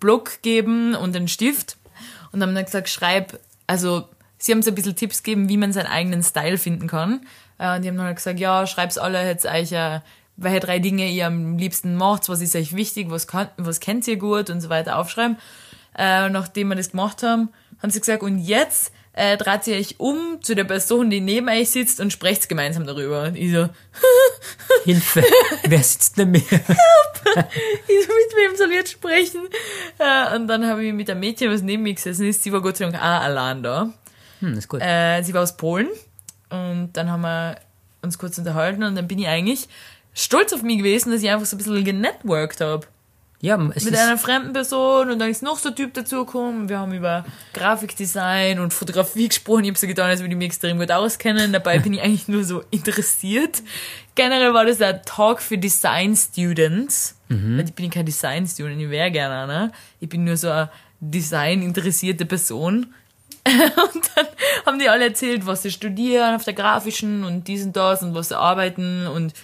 S4: Block gegeben und einen Stift und haben dann gesagt, schreib, also sie haben so ein bisschen Tipps gegeben, wie man seinen eigenen Style finden kann. Äh, Und die haben dann halt gesagt, ja, schreib's alle, jetzt euch äh, welche drei Dinge ihr am liebsten macht, was ist euch wichtig, was, kann, was kennt ihr gut und so weiter aufschreiben. Äh, und nachdem wir das gemacht haben, haben sie gesagt, und jetzt äh, dreht ihr euch um zu der Person, die neben euch sitzt und sprecht gemeinsam darüber. Und ich so,
S3: Hilfe! Wer sitzt denn mir?
S4: ich so, mit wem soll ich jetzt sprechen? Äh, und dann habe ich mit einem Mädchen, was neben mir gesessen ist, sie war Gott sei Dank auch allein da.
S3: Hm, ist gut.
S4: Äh, sie war aus Polen und dann haben wir uns kurz unterhalten und dann bin ich eigentlich stolz auf mich gewesen, dass ich einfach so ein bisschen genetworked habe.
S3: ja, es
S4: Mit
S3: ist,
S4: einer fremden Person und dann ist noch so ein Typ dazugekommen. Wir haben über Grafikdesign und Fotografie gesprochen. Ich habe so getan, als würde ich mich extrem gut auskennen. Dabei bin ich eigentlich nur so interessiert. Generell war das ein Talk für Design Students.
S3: Mhm.
S4: Weil ich bin kein Design Student, ich wäre gerne einer. Ich bin nur so eine Design interessierte Person. Und dann haben die alle erzählt, was sie studieren auf der grafischen und dies und das und was sie arbeiten und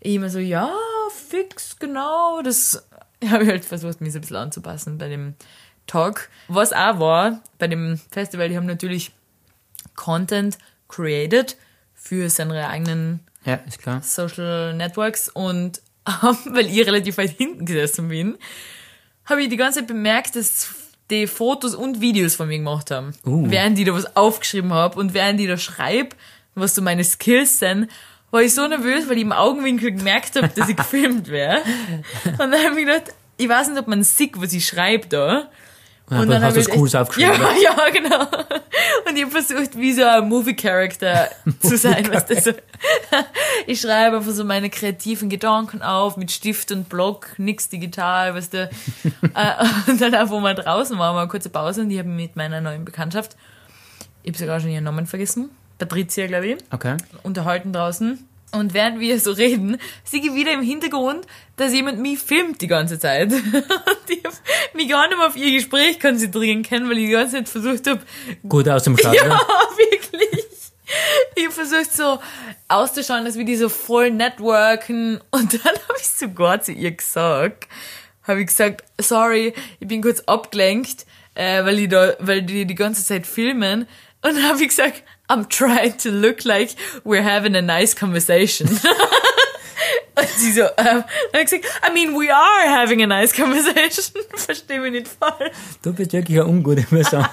S4: ich immer so, ja, fix, genau, das habe ich halt versucht, mich so ein bisschen anzupassen bei dem Talk. Was auch war, bei dem Festival, die haben natürlich Content created für seine eigenen
S3: ja, ist klar.
S4: Social Networks und haben, weil ich relativ weit hinten gesessen bin, habe ich die ganze Zeit bemerkt, dass die Fotos und Videos von mir gemacht haben.
S3: Uh.
S4: Während ich da was aufgeschrieben habe und während ich da schreibe, was so meine Skills sind, war ich so nervös, weil ich im Augenwinkel gemerkt habe, dass ich gefilmt wäre. Und dann habe ich gedacht, ich weiß nicht, ob man sieht, was ich schreibe da.
S3: Ja, aber
S4: hab
S3: hast du was
S4: ich
S3: Cooles
S4: echt-
S3: aufgeschrieben,
S4: Ja, ja, genau. Und ich habe versucht, wie so ein Movie-Character zu sein. Weißt du, so. Ich schreibe einfach so meine kreativen Gedanken auf mit Stift und Block, nix digital, weißt du. Äh, und dann auch, wo wir draußen waren, war eine kurze Pause und ich habe mit meiner neuen Bekanntschaft, ich habe sogar schon ihren Namen vergessen, Patricia, glaube ich,
S3: Okay.
S4: unterhalten draußen. Und während wir so reden, sehe ich wieder im Hintergrund, dass jemand mich filmt die ganze Zeit. Und ich habe mich gar nicht mehr auf ihr Gespräch konzentrieren können, weil ich die ganze Zeit versucht habe,
S3: Gut aus dem Stadion.
S4: ja, wirklich. Ich versucht so auszuschauen, dass wir die so voll networken. Und dann habe ich sogar zu ihr gesagt, habe ich gesagt, sorry, ich bin kurz abgelenkt, äh, weil, ich da, weil die die ganze Zeit filmen. Und dann habe ich gesagt, I'm trying to look like we're having a nice conversation. Und sie so, ähm, dann hab ich gesagt, I mean, we are having a nice conversation. Versteh mich nicht falsch.
S3: Du bist wirklich eine ungute Person.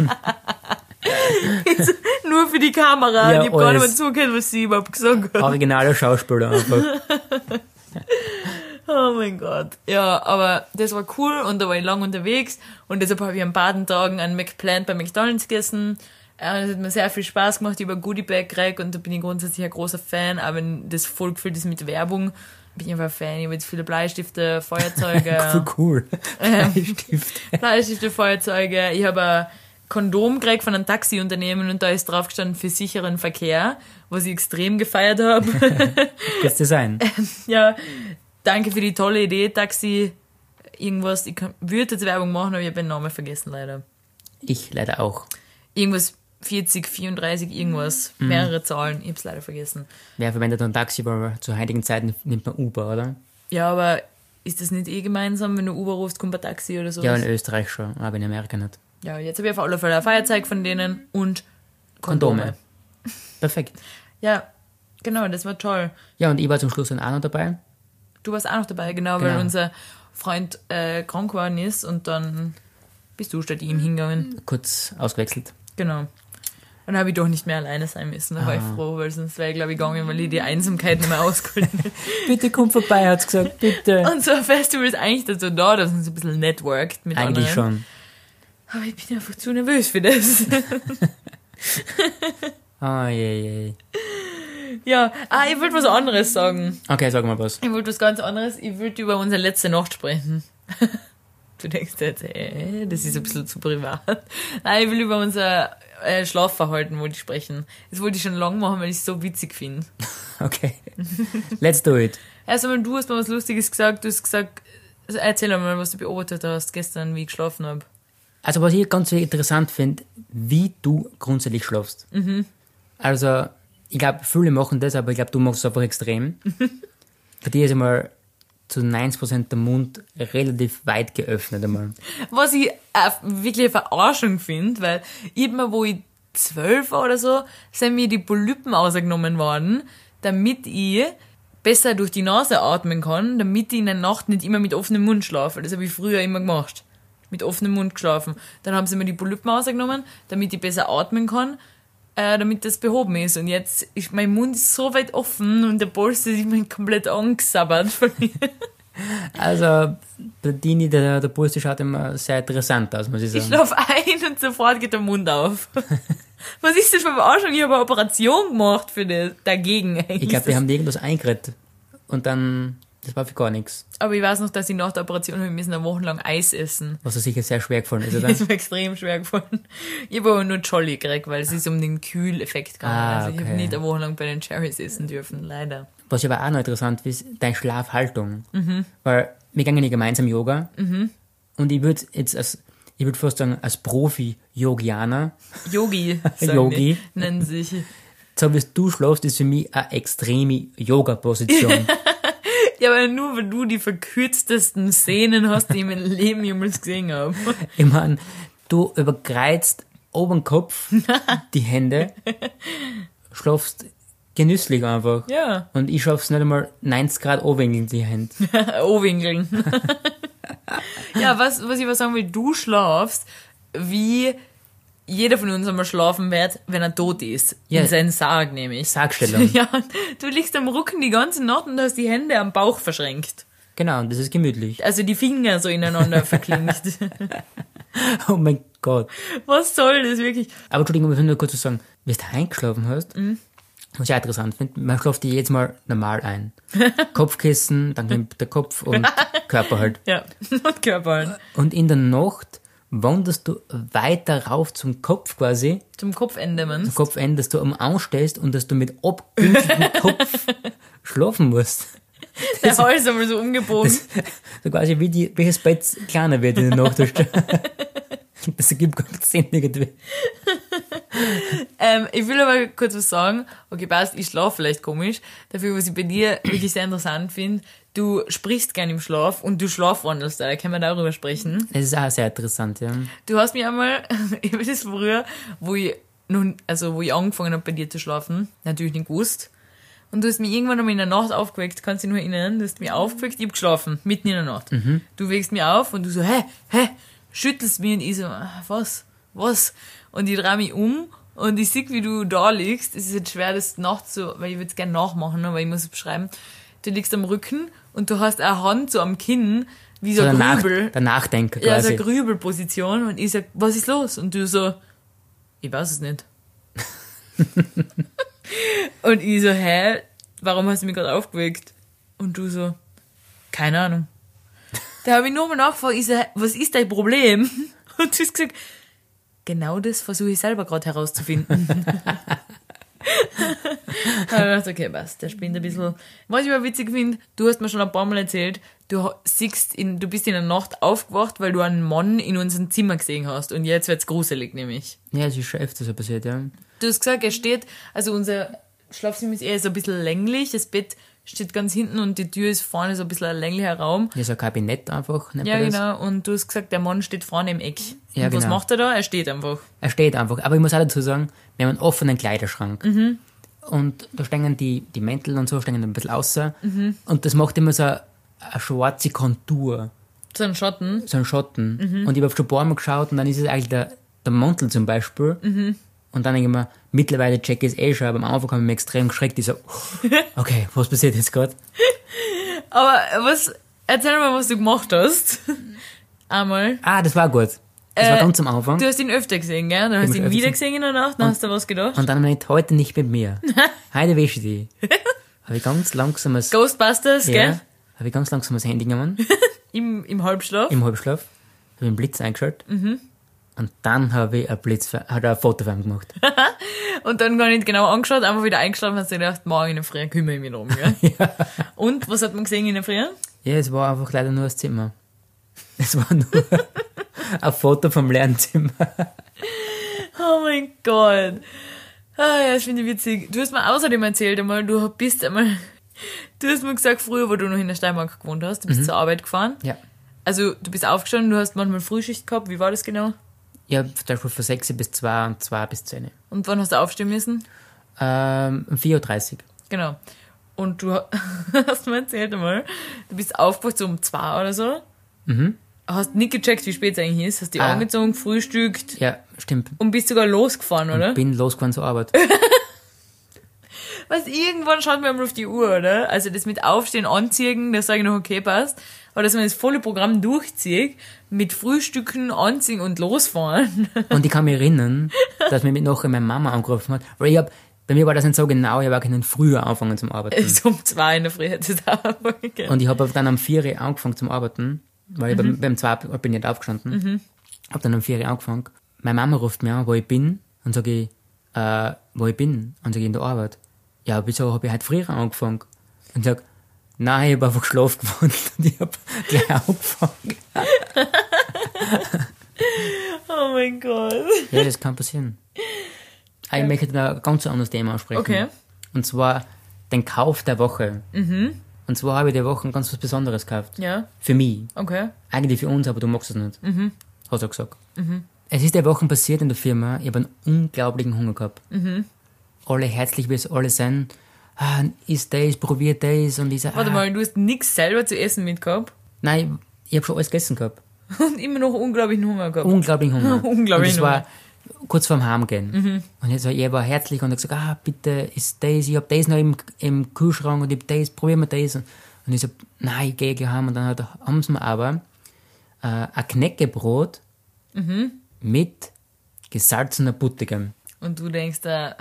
S4: Nur für die Kamera.
S3: Ja,
S4: ich habe gar nicht
S3: alles.
S4: mehr zugehört, was sie überhaupt gesagt hat.
S3: Originaler Schauspieler einfach.
S4: Oh mein Gott. Ja, aber das war cool und da war ich lang unterwegs und deshalb habe ich an beiden Tagen an McPlant bei McDonalds gegessen. Äh, und Es hat mir sehr viel Spaß gemacht, über Goodie Bag gekriegt und da bin ich grundsätzlich ein großer Fan, aber wenn das voll gefüllt ist mit Werbung, bin ich einfach ein Fan. Ich habe jetzt viele Bleistifte, Feuerzeuge.
S3: Voll cool. Bleistift.
S4: Bleistifte, Feuerzeuge. Ich habe Kondom gekriegt von einem Taxiunternehmen und da ist drauf gestanden für sicheren Verkehr, was ich extrem gefeiert habe.
S3: Gutes Design.
S4: ja, danke für die tolle Idee, Taxi. Irgendwas, ich kann- würde jetzt Werbung machen, aber ich habe den Namen vergessen leider.
S3: Ich leider auch.
S4: Irgendwas 40, 34, irgendwas.
S3: Mhm.
S4: Mehrere Zahlen, ich hab's leider vergessen.
S3: Wer verwendet ein Taxi, aber zu heutigen Zeiten nimmt man Uber, oder?
S4: Ja, aber ist das nicht eh gemeinsam, wenn du Uber rufst, kommt ein Taxi oder sowas?
S3: Ja, ne. in Österreich schon, aber in Amerika nicht.
S4: Ja, jetzt habe ich auf alle Fälle ein Feuerzeug von denen und Kondome.
S3: Kondome. Perfekt.
S4: Ja, genau, das war toll.
S3: Ja, und ich war zum Schluss dann auch noch dabei.
S4: Du warst auch noch dabei, genau, weil
S3: Genau.
S4: unser Freund äh, krank geworden ist und dann bist du statt ihm hingegangen.
S3: Kurz ausgewechselt.
S4: Genau. Dann habe ich doch nicht mehr alleine sein müssen. Da war ich
S3: Ah.
S4: froh, weil sonst wäre ich, glaube ich, gegangen, weil ich die Einsamkeit nicht mehr ausgeholt hätte.
S3: Bitte komm vorbei, hat's gesagt, bitte.
S4: Und so ein Festival ist eigentlich dazu da, dass man so ein bisschen networked mit
S3: Eigentlich
S4: anderen.
S3: schon.
S4: Aber ich bin einfach zu nervös für das.
S3: Oh je, je.
S4: ja, ah, ich wollte was anderes sagen.
S3: Okay, sag mal was.
S4: Ich wollte was ganz anderes. Ich wollte über unsere letzte Nacht sprechen. du denkst jetzt, äh, das ist ein bisschen zu privat. Nein, ich will über unser äh, Schlafverhalten wollte ich sprechen. Das wollte ich schon lang machen, weil ich es so witzig finde.
S3: Okay. Let's do it.
S4: Erst einmal, Also, du hast mal was Lustiges gesagt. Du hast gesagt, also erzähl einmal, was du beobachtet hast gestern, wie ich geschlafen habe.
S3: Also was ich ganz interessant finde, wie du grundsätzlich schlafst. Also ich glaube, viele machen das, aber ich glaube, du machst es einfach extrem. Bei dir ist einmal zu 90% der Mund relativ weit geöffnet einmal.
S4: Was ich äh, wirklich eine Verarschung finde, weil immer wo ich zwölf war oder so, sind mir die Polypen ausgenommen worden, damit ich besser durch die Nase atmen kann, damit ich in der Nacht nicht immer mit offenem Mund schlafe. Das habe ich früher immer gemacht. Mit offenem Mund geschlafen. Dann haben sie mir die Polypen ausgenommen, damit ich besser atmen kann, äh, damit das behoben ist. Und jetzt ist mein Mund so weit offen und der Polster ist mir komplett angesabbert von mir.
S3: Also bei Dini, der, der Puls, der schaut immer sehr interessant aus, muss ich
S4: Ich
S3: sagen.
S4: schlaf ein und sofort geht der Mund auf. Was ist das für eine Verarschung? Ich habe eine Operation gemacht für das, dagegen. eigentlich.
S3: Ich glaube, wir haben dir irgendwas eingeredet. Und dann, das war für gar nichts.
S4: Aber ich weiß noch, dass ich nach der Operation habe müssen eine Woche lang Eis essen.
S3: Was dir sicher sehr schwer gefallen ist, oder?
S4: Das ist mir extrem schwer gefallen. Ich habe aber nur Jolly gekriegt, weil es ist um den Kühleffekt gegangen.
S3: Ah,
S4: Also ich habe
S3: okay.
S4: nicht eine Woche lang bei den Cherries essen dürfen, leider.
S3: Was aber auch noch interessant ist, deine Schlafhaltung. Weil wir gingen ja gemeinsam Yoga. Und ich würde jetzt als, ich würde fast sagen, als Profi-Yogianer,
S4: Yogi, sagen
S3: Yogi.
S4: die, nennen sich.
S3: so wie du schläfst, ist für mich eine extreme Yoga-Position.
S4: Ja, aber nur weil du die verkürztesten Szenen hast, die ich in meinem Leben jemals gesehen habe.
S3: ich meine, du überkreizt oben den Kopf die Hände, schläfst genüsslich einfach.
S4: Ja,
S3: Und ich schaff's nicht einmal 90 Grad O-Winkel die Hände.
S4: O-Winkeln. ja, was, was ich was sagen will, du schlafst, wie jeder von uns einmal schlafen wird, wenn er tot ist.
S3: Ja.
S4: In seinen Sarg nämlich.
S3: Sargstellung.
S4: Ja, du liegst am Rücken die ganze Nacht und hast die Hände am Bauch verschränkt.
S3: Genau, und das ist gemütlich.
S4: Also die Finger so ineinander verklingt.
S3: Oh mein Gott.
S4: Was soll das wirklich?
S3: Aber Entschuldigung, ich will nur kurz was sagen, wie du eingeschlafen hast,
S4: Mhm.
S3: was ich auch interessant finde, man schläft ja jedes Mal normal ein. Kopfkissen, dann kommt der Kopf und Körper halt.
S4: Ja, und Körper. halt.
S3: Und in der Nacht wanderst du weiter rauf zum Kopf quasi,
S4: Zum Kopfende, man.
S3: zum Kopfende, dass du am Anstehst und dass du mit abgünkeltem Kopf schlafen musst.
S4: Der Hals einmal so umgebogen.
S3: So quasi wie die, welches Bett kleiner wird in der Nacht. Das ergibt gar keinen Sinn irgendwie.
S4: Ähm, ich will aber kurz was sagen. Okay, passt, ich schlafe vielleicht komisch. Dafür, was ich bei dir wirklich sehr interessant finde, du sprichst gern im Schlaf und du schlafwandelst da. Da können wir darüber sprechen.
S3: Das ist auch sehr interessant, ja.
S4: Du hast mir einmal, ich weiß das früher, wo ich nun, also wo ich angefangen habe bei dir zu schlafen, natürlich nicht gewusst. Und du hast mich irgendwann einmal in der Nacht aufgeweckt, kannst dich nur erinnern, du hast mich aufgeweckt, ich hab geschlafen, mitten in der Nacht. Du weckst mich auf und du so, hä, hä, schüttelst mich und ich so, ah, was, was? Und ich dreh mich um und ich sehe, wie du da liegst. Es ist jetzt schwer, das nachts so, weil ich würde es gerne nachmachen, aber ich muss es beschreiben. Du liegst am Rücken und du hast eine Hand so am Kinn, wie so
S3: So
S4: ein
S3: danach,
S4: Grübel.
S3: danach denken
S4: Ja,
S3: quasi.
S4: so eine Grübelposition und ich sag, was ist los? Und du so, ich weiß es nicht. und ich so, hä, warum hast du mich gerade aufgeweckt? Und du so, keine Ahnung. Da habe ich nur mal nachgefragt, ich so, was ist dein Problem? Und du hast gesagt, Genau das versuche ich selber gerade herauszufinden. Aber ich dachte, Ah, okay, was, der spinnt ein bisschen. Was ich aber witzig finde, du hast mir schon ein paar Mal erzählt, du, ha- siehst in, du bist in der Nacht aufgewacht, weil du einen Mann in unserem Zimmer gesehen hast. Und jetzt wird's gruselig, nämlich.
S3: Ja, es ist schon öfter so passiert, ja.
S4: Du hast gesagt, er steht, also unser Schlafzimmer ist eher so ein bisschen länglich, das Bett steht ganz hinten und die Tür ist vorne so ein bisschen ein länglicher Raum.
S3: Ja, so ein Kabinett einfach. nennt
S4: Ja,
S3: man das.
S4: genau. Und du hast gesagt, der Mann steht vorne im Eck.
S3: Ja,
S4: und was
S3: genau.
S4: macht er da? Er steht einfach.
S3: Er steht einfach. Aber ich muss auch dazu sagen, wir haben einen offenen Kleiderschrank.
S4: Mhm.
S3: Und da stehen die, die Mäntel und so stehen ein bisschen außer.
S4: Mhm.
S3: Und das macht immer so eine, eine schwarze Kontur,
S4: So ein Schatten.
S3: so einen Schatten.
S4: Mhm.
S3: Und ich habe schon ein paar Mal geschaut und dann ist es eigentlich der, der Mantel zum Beispiel.
S4: Mhm.
S3: Und dann denke ich mir, mittlerweile check ich es eh schon, aber am Anfang habe ich mich extrem geschreckt. Ich so, okay, was passiert jetzt gerade?
S4: Aber was, erzähl mal, was du gemacht hast. Einmal.
S3: Ah, das war gut. Das war
S4: Äh,
S3: ganz am Anfang.
S4: Du hast ihn öfter gesehen, gell? Dann
S3: hab
S4: hast du
S3: ihn
S4: ihn
S3: öfter
S4: wieder gesehen in der Nacht, dann hast du was gedacht.
S3: Und dann habe ich gedacht, heute nicht mit mir. Heute wäsche ich die. Habe ich ganz langsam das,
S4: Ghostbusters,
S3: ja,
S4: gell?
S3: habe ich ganz langsam das Handy genommen.
S4: Im, Im Halbschlaf.
S3: im Halbschlaf, habe einen Blitz eingeschaltet
S4: Mhm.
S3: und dann habe ich ein, Blitz, hat er ein Foto von ihm gemacht.
S4: Und dann gar nicht genau angeschaut, einfach wieder eingeschlafen, hast du gedacht, morgen in der Früh kümmere ich mich drum, gell? Und was hat man gesehen in der Früh?
S3: ja, es war einfach leider nur das Zimmer. Es war nur ein Foto vom Lernzimmer.
S4: Oh mein Gott. Ah ja, das finde ich witzig. Du hast mir außerdem erzählt einmal, du bist einmal, du hast mir gesagt, früher, wo du noch in der Steiermark gewohnt hast, du bist
S3: Mhm.
S4: zur Arbeit gefahren.
S3: Ja.
S4: Also, du bist aufgestanden, du hast manchmal Frühschicht gehabt, wie war das genau?
S3: Ich habe zum Beispiel von 6 bis 2 und 2 bis 10.
S4: Und wann hast du aufstehen müssen?
S3: Ähm, um 4.30 Uhr.
S4: Genau. Und du ha- hast mir erzählt einmal, du bist aufgewacht so um zwei oder so.
S3: Mhm.
S4: Hast nicht gecheckt, wie spät es eigentlich ist. Hast dich
S3: Ah.
S4: angezogen, gefrühstückt
S3: Ja, stimmt.
S4: und bist sogar losgefahren, oder?
S3: Bin losgefahren zur Arbeit.
S4: Was, irgendwann schaut man einmal auf die Uhr, oder? Also das mit Aufstehen, Anziehen, das sage ich noch, okay, passt. Aber dass man das volle Programm durchzieht, mit Frühstücken, Anziehen und losfahren.
S3: Und ich kann mich erinnern, dass mir mit nachher meine Mama angerufen hat, weil ich habe, bei mir war das nicht so genau, ich habe auch können früher anfangen zum Arbeiten.
S4: so um zwei in der Früh hätte es auch gegeben.
S3: Und ich habe dann am 4 Uhr angefangen zum Arbeiten, weil ich beim, beim 2 bin ich nicht aufgestanden. Habe dann am 4 Uhr angefangen. Meine Mama ruft mich an, wo ich bin, und sage ich, äh, wo ich bin, und sage ich in der Arbeit. Ja, wieso habe ich heute früher angefangen? Und sag, nein, ich habe einfach geschlafen gewohnt und ich habe gleich angefangen.
S4: Oh mein Gott.
S3: Ja, das kann passieren. Aber Ich möchte da ein ganz anderes Thema ansprechen.
S4: Okay.
S3: Und zwar den Kauf der Woche. Und zwar habe ich die Woche ganz was Besonderes gekauft.
S4: Ja,
S3: Für mich.
S4: okay.
S3: Eigentlich für uns, aber du magst es nicht.
S4: Mhm.
S3: Hast du gesagt. Es ist der Wochen passiert in der Firma. Ich habe einen unglaublichen Hunger gehabt.
S4: Mhm.
S3: Alle herzlich, wie es alle sein. Ah, isst das, probiert das und dieser.
S4: Warte
S3: ah.
S4: mal, du hast nichts selber zu essen mitgehabt
S3: Nein, ich habe schon alles gegessen gehabt.
S4: und immer noch unglaublichen Hunger gehabt.
S3: Unglaublichen Hunger. und das
S4: Unglaublichen
S3: war kurz vorm Heimgehen. Und jetzt war ich war herzlich und hat gesagt, ah, bitte, isst das, ich habe das noch im, im Kühlschrank und ich habe das, probieren wir das. Und, und ich so, nein, ich gehe gleich heim. Und dann hat, haben sie mir aber äh, ein Knäckebrot mit gesalzener Butter gegeben.
S4: Und du denkst da,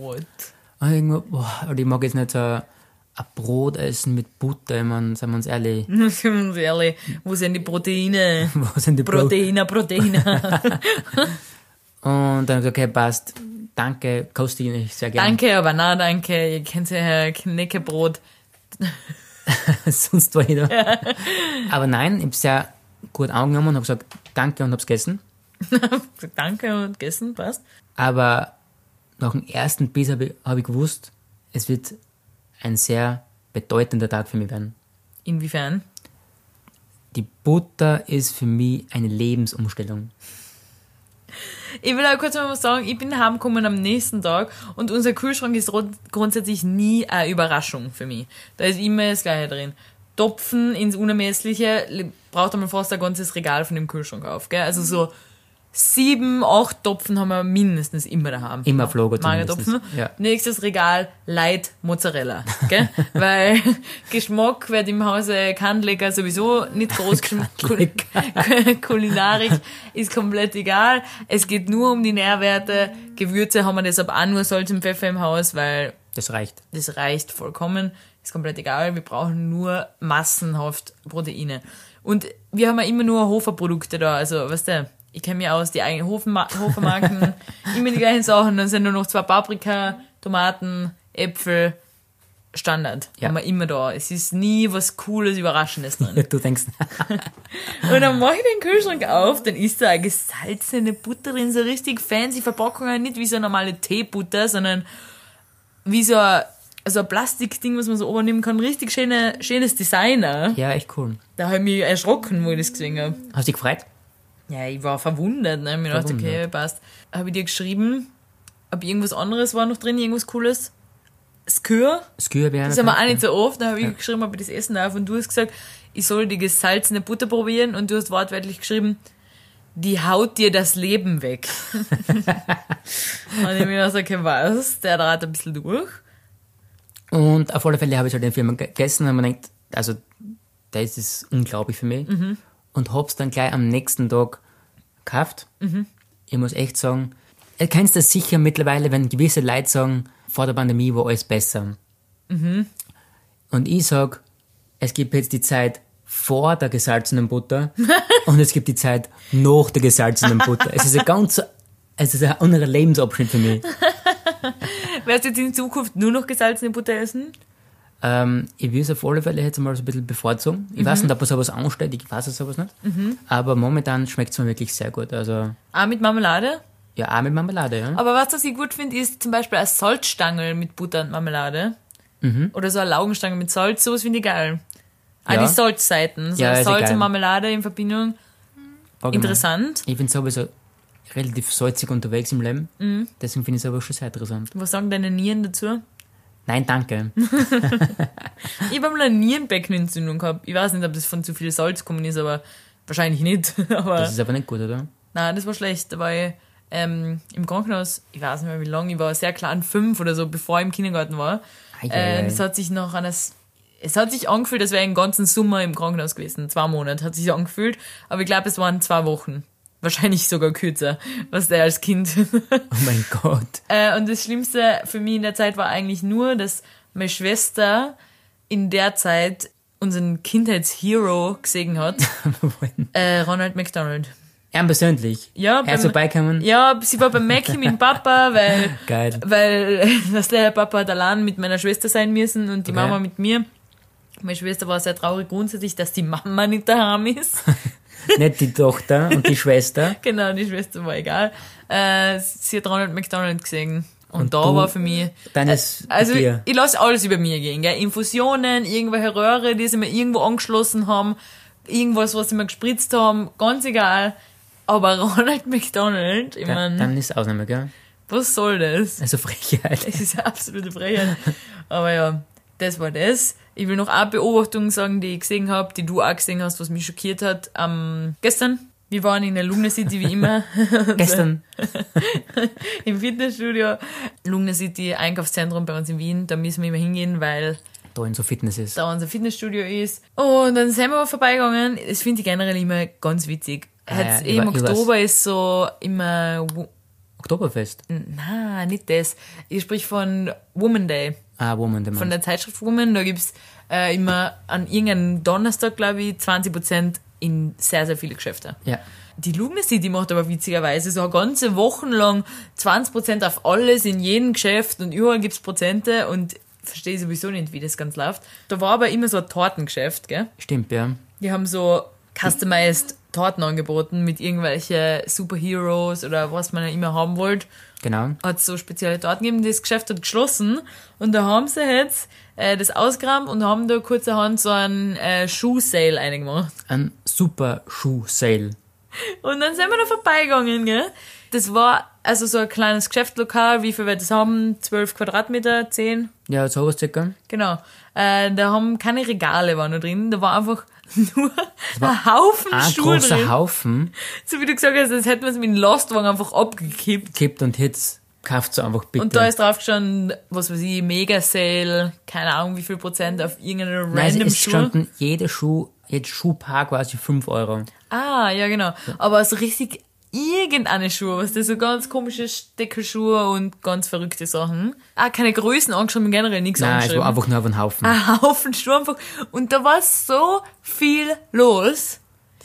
S4: what?
S3: Und ich, mir, boah, und ich mag jetzt nicht so ein Brot essen mit Butter, ich mein, seien wir uns ehrlich.
S4: Sind wir uns ehrlich, wo sind die Proteine?
S3: Wo sind die Brote?
S4: Proteine, Proteine.
S3: Und dann hab ich gesagt, okay, passt, danke, koste ich nicht sehr gerne.
S4: danke, aber na danke. Ihr kennt ja Herr Knäckebrot.
S3: sonst war ich da. Aber nein, ich habe es sehr gut angenommen und habe gesagt, danke und habe es gegessen.
S4: danke und gegessen, passt.
S3: Aber nach dem ersten Biss habe ich, hab ich gewusst, es wird ein sehr bedeutender Tag für mich werden.
S4: Inwiefern?
S3: Die Butter ist für mich eine Lebensumstellung.
S4: Ich will auch kurz mal was sagen, ich bin heimgekommen am nächsten Tag und unser Kühlschrank ist rund- grundsätzlich nie eine Überraschung für mich. Da ist immer das Gleiche drin. Topfen ins Unermessliche le- braucht man fast ein ganzes Regal von dem Kühlschrank auf, gell? Also so sieben, acht Topfen haben wir mindestens immer daheim.
S3: Immer Flogo
S4: Magertopfen.
S3: zumindest, ja.
S4: Nächstes Regal, Light Mozzarella, gell? Weil Geschmack wird im Hause Kandlecker sowieso nicht groß geschmeckt.
S3: Kandlecker.
S4: Kulinarik ist komplett egal. Es geht nur um die Nährwerte. Gewürze haben wir deshalb auch nur Salz und Pfeffer im Haus, weil
S3: Das reicht.
S4: das reicht vollkommen. Ist komplett egal. Wir brauchen nur massenhaft Proteine. Und wir haben ja immer nur Hoferprodukte da. Also, weißt du, ich kenne mich aus, die eigenen Hofma Hofermarken, immer die gleichen Sachen, dann sind nur noch zwei Paprika, Tomaten, Äpfel, Standard,
S3: Ja.
S4: haben wir immer da. Es ist nie was Cooles, Überraschendes drin.
S3: Du denkst,
S4: Und dann mache ich den Kühlschrank auf, dann ist da eine gesalzene Butter drin, so richtig fancy Verpackung, nicht wie so eine normale Teebutter, sondern wie so ein, so ein Plastikding, was man so oben nehmen kann. Richtig schöne, schönes Designer.
S3: ja, echt cool.
S4: Da habe ich mich erschrocken, wo ich das gesehen habe.
S3: Hast du dich gefreut?
S4: Ja, ich war verwundert, ne? Mir dachte, okay, passt. Habe ich dir geschrieben, ob irgendwas anderes war noch drin, irgendwas Cooles? Skür?
S3: Skürbär.
S4: Das haben wir auch nicht so oft. Dann habe ich geschrieben, ob ich das essen darf. Und du hast gesagt, ich soll die gesalzene Butter probieren. Und du hast wortwörtlich geschrieben, die haut dir das Leben weg. und ich hab mir gedacht, okay, was? Der rat ein bisschen durch.
S3: Und auf alle Fälle habe ich halt den Film gegessen und man denkt, also, das ist unglaublich für mich. Und hab's dann gleich am nächsten Tag gekauft. Ich muss echt sagen, erkennst das sicher mittlerweile, wenn gewisse Leute sagen, vor der Pandemie war alles besser. Und ich sag, es gibt jetzt die Zeit vor der gesalzenen Butter und es gibt die Zeit nach der gesalzenen Butter. Es ist ein ganz, es ist ein anderer Lebensabschnitt für mich.
S4: Wirst du jetzt in Zukunft nur noch gesalzene Butter essen?
S3: Ähm, ich will es auf alle Fälle jetzt mal so ein bisschen bevorzugen. Ich
S4: Mhm.
S3: weiß nicht, ob man sowas anstellt, ich weiß es sowas nicht. Aber momentan schmeckt es mir wirklich sehr gut. Also,
S4: Auch mit Marmelade?
S3: ja, auch mit Marmelade, ja.
S4: Aber was, was ich gut finde, ist zum Beispiel eine Salzstange mit Butter und Marmelade. Oder so eine Laugenstange mit Salz, sowas finde ich geil. Auch
S3: Mhm. Ja.
S4: die Salzseiten. So
S3: Ja, ist
S4: Salz
S3: geil.
S4: und Marmelade in Verbindung.
S3: Allgemein.
S4: Interessant.
S3: Ich bin sowieso relativ salzig unterwegs im Leben.
S4: Mhm.
S3: Deswegen finde ich es aber schon sehr interessant.
S4: Was sagen deine Nieren dazu?
S3: Nein, danke.
S4: Ich habe einmal eine Nierenbeckenentzündung gehabt. Ich weiß nicht, ob das von zu viel Salz gekommen ist, aber wahrscheinlich nicht. Aber
S3: Das ist aber nicht gut, oder?
S4: nein, das war schlecht. Da war ich ähm, im Krankenhaus, ich weiß nicht mehr wie lange, ich war sehr klein, fünf oder so, bevor ich im Kindergarten war.
S3: Ei, ei,
S4: Äh,
S3: ei.
S4: das hat sich noch an das. Es hat sich angefühlt, als wäre ich den ganzen Sommer im Krankenhaus gewesen. Zwei Monate hat sich so angefühlt. Aber ich glaube, es waren zwei Wochen. Wahrscheinlich sogar kürzer, was der als Kind
S3: Oh mein Gott.
S4: Äh, und das Schlimmste für mich in der Zeit war eigentlich nur, dass meine Schwester in der Zeit unseren Kindheitshero gesehen hat, äh, Ronald McDonald.
S3: Er persönlich.
S4: Ja,
S3: Er ist
S4: beim-
S3: vorbeikommen.
S4: ja, sie war bei Mackie mit dem Papa, weil,
S3: Geil.
S4: weil das der Papa hat allein mit meiner Schwester sein müssen und die
S3: Okay.
S4: Mama mit mir. Meine Schwester war sehr traurig grundsätzlich, dass die Mama nicht daheim ist.
S3: Nicht die Tochter und die Schwester.
S4: genau, die Schwester war egal. Äh, sie hat Ronald McDonald gesehen. Und,
S3: Und
S4: da
S3: du-
S4: war für mich
S3: Dann ist
S4: Also
S3: dir.
S4: ich lasse alles über mir gehen, gell? Infusionen, irgendwelche Röhre, die sie mir irgendwo angeschlossen haben, irgendwas, was sie mir gespritzt haben, ganz egal. Aber Ronald McDonald, ich
S3: Dann,
S4: meine,
S3: dann ist Ausnahme, gell?
S4: was soll das?
S3: Also Frechheit.
S4: Es ist eine absolute Frechheit. Aber ja, das war das. Ich will noch eine Beobachtung sagen, die ich gesehen habe, die du auch gesehen hast, was mich schockiert hat. Ähm, gestern, wir waren in der Lugner City wie immer.
S3: Gestern.
S4: Im Fitnessstudio. Lugner City, Einkaufszentrum bei uns in Wien. Da müssen wir immer hingehen, weil
S3: Da in so Fitness ist.
S4: da unser Fitnessstudio ist. Und dann sind wir vorbeigegangen. Das finde ich generell immer ganz witzig. Hat's
S3: ja,
S4: eh Im
S3: ich weiß.
S4: Oktober ist so immer. Wo-
S3: Oktoberfest.
S4: Na, nicht das. Ich sprich von Woman Day,
S3: Ah, Woman, der Mann.
S4: von der Zeitschrift Woman. Da gibt's äh, immer an irgendeinem Donnerstag, glaube ich, 20% in sehr, sehr viele Geschäfte.
S3: Ja.
S4: Die Lugner City macht aber witzigerweise so ganze Wochen lang 20% auf alles in jedem Geschäft und überall gibt's Prozente und verstehe sowieso nicht, wie das ganz läuft. Da war aber immer so ein Tortengeschäft, gell?
S3: Stimmt, ja.
S4: Die haben so customized Torten angeboten mit irgendwelche Superheroes oder was man ja immer haben wollte.
S3: Genau.
S4: Hat so spezielle Torten gegeben. Das Geschäft hat geschlossen und da haben sie jetzt äh, das ausgraben und haben da kurzerhand so einen äh, Schuh-Sale eingemacht.
S3: Ein super Schuh-Sale.
S4: Und dann sind wir da vorbeigegangen, gell? Das war also so ein kleines Geschäftslokal, wie viel wir das haben, 12 Quadratmeter, 10,
S3: Ja, sowas circa.
S4: genau. Äh, da haben keine Regale waren da drin, da war einfach nur ein Haufen
S3: Ein
S4: Schuhe
S3: großer
S4: drin.
S3: Haufen
S4: So wie du gesagt hast, als hätten wir es mit dem Lastwagen einfach abgekippt.
S3: kippt und Hits. Kauft so einfach bitte.
S4: Und da ist drauf gestanden, was weiß ich, Mega Sale, keine Ahnung wie viel Prozent auf irgendeine
S3: Nein, es
S4: random
S3: ist
S4: Schuhe.
S3: standen jede Schuh, jedes Schuhpaar quasi 5 Euro.
S4: Ah, ja, genau. Aber so richtig irgendeine Schuhe, was das so ganz komische Steckelschuhe und ganz verrückte Sachen. Ah, keine Größen angeschrieben, generell nichts
S3: Nein, es
S4: angeschrieben.
S3: war einfach
S4: Ah,
S3: nur auf einen Haufen.
S4: ein Haufen Schuhe einfach. Und da war so viel los.
S3: Das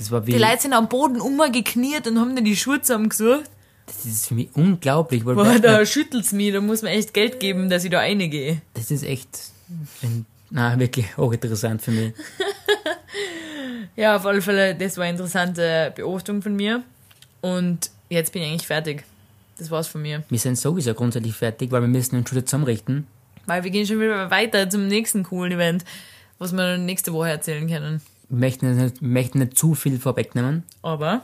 S3: Das war wie,
S4: Die Leute sind am Boden umgekniert und haben dann die Schuhe zusammengesucht.
S3: das ist für mich unglaublich. weil
S4: Boah,
S3: bei-
S4: da schüttelt's mich, da muss man echt Geld geben, dass ich da reingehe.
S3: Das ist echt, ein, na wirklich auch interessant für mich.
S4: Ja, auf alle Fälle, das war eine interessante Beobachtung von mir. Und jetzt bin ich eigentlich fertig. Das war's von mir.
S3: Wir sind sowieso grundsätzlich fertig, weil wir müssen uns schon wieder zusammenrichten.
S4: Weil wir gehen schon wieder weiter zum nächsten coolen Event, was wir dann nächste Woche erzählen können.
S3: Wir möchten, nicht- wir möchten nicht zu viel vorwegnehmen.
S4: Aber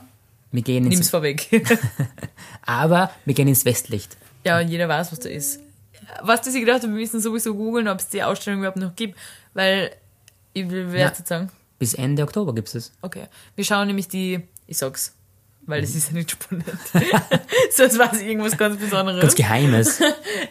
S3: Wir gehen ins,
S4: nimm's vorweg.
S3: aber wir gehen ins Westlicht.
S4: ja, und jeder weiß, was da ist. Was das ich gedacht habe, wir müssen sowieso googeln, ob es die Ausstellung überhaupt noch gibt. Weil, ich will wer
S3: Na.
S4: hat's jetzt sagen.
S3: Bis Ende Oktober gibt's es.
S4: Okay. Wir schauen nämlich die. Ich sag's. Weil das ist ja nicht spannend. Sonst war es irgendwas
S3: Ganz
S4: ganz
S3: genau.
S4: Besonderes.
S3: Geheimes.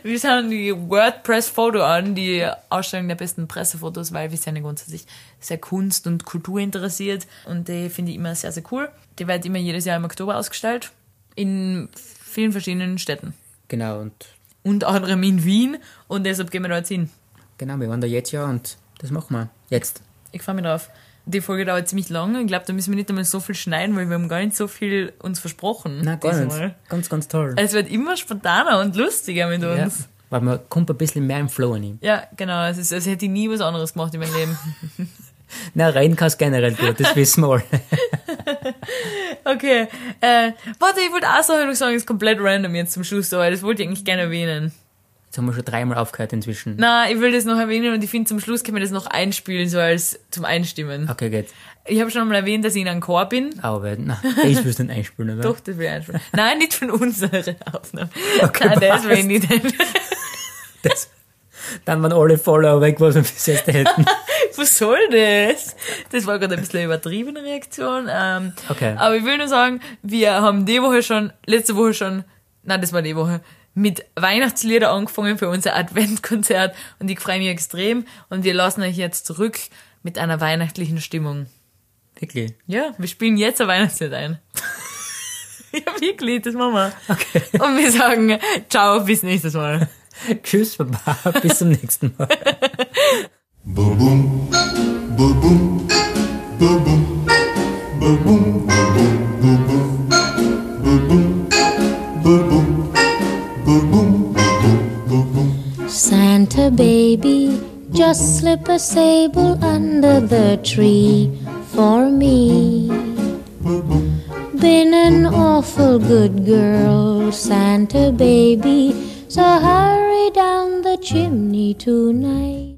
S4: Wir schauen die WordPress-Foto an, die Ausstellung der besten Pressefotos, weil wir sind ja grundsätzlich sehr Kunst und Kultur interessiert und die finde ich immer sehr, sehr cool. Die wird immer jedes Jahr im Oktober ausgestellt in vielen verschiedenen Städten.
S3: genau, und
S4: Unter anderem in Wien und deshalb gehen wir dort hin.
S3: genau, wir waren da jetzt ja und das machen wir. Jetzt.
S4: Ich freue mich drauf. Die Folge dauert ziemlich lang. Ich glaube, da müssen wir nicht einmal so viel schneiden, weil wir haben gar nicht so viel uns versprochen.
S3: Na, gar
S4: diesmal. Äh,
S3: nicht. Ganz, ganz toll.
S4: Es wird immer spontaner und lustiger mit
S3: ja,
S4: uns.
S3: weil man kommt ein bisschen mehr im Flow rein.
S4: Ja, genau. Es ist, als hätte ich nie was anderes gemacht in meinem Leben.
S3: Na, reden kannst generell gut, das wissen wir alle.
S4: Okay. Äh, warte, ich wollte auch so noch sagen, ist komplett random jetzt zum Schluss, aber das wollte ich eigentlich gerne erwähnen.
S3: Jetzt haben wir schon dreimal aufgehört inzwischen.
S4: Na, ich will das noch erwähnen und ich finde, zum Schluss können wir das noch einspielen, so als zum Einstimmen.
S3: Okay, geht.
S4: Ich habe schon mal erwähnt, dass ich in einem Chor bin.
S3: Aber, na, ich will nicht einspülen, oder?
S4: Doch, das will ich einspielen. Nein, nicht von unserer Aufnahme.
S3: Okay,
S4: Nein, das
S3: passt.
S4: will ich nicht.
S3: Das, dann waren alle Follower weg, was wir bis jetzt hätten.
S4: Was soll das? Das war gerade ein bisschen eine übertriebene Reaktion. Ähm,
S3: Okay.
S4: Aber ich will nur sagen, wir haben die Woche schon, letzte Woche schon, nein, das war die Woche, mit Weihnachtslieder angefangen für unser Adventkonzert und ich freue mich extrem und wir lassen euch jetzt zurück mit einer weihnachtlichen Stimmung.
S3: Wirklich.
S4: Ja, wir spielen jetzt ein Weihnachtslied ein. ja, wirklich, das machen wir.
S3: Okay.
S4: Und wir sagen, ciao, bis nächstes Mal.
S3: Tschüss, Baba. Bis zum nächsten Mal.
S1: Ba-boom, ba-boom, ba-boom, ba-boom, ba-boom, ba-boom, ba-boom, ba-boom, ba-boom, ba-boom, ba-boom.
S2: Santa baby, just slip a sable under the tree for me. Been an awful good girl, Santa baby, so hurry down the chimney tonight.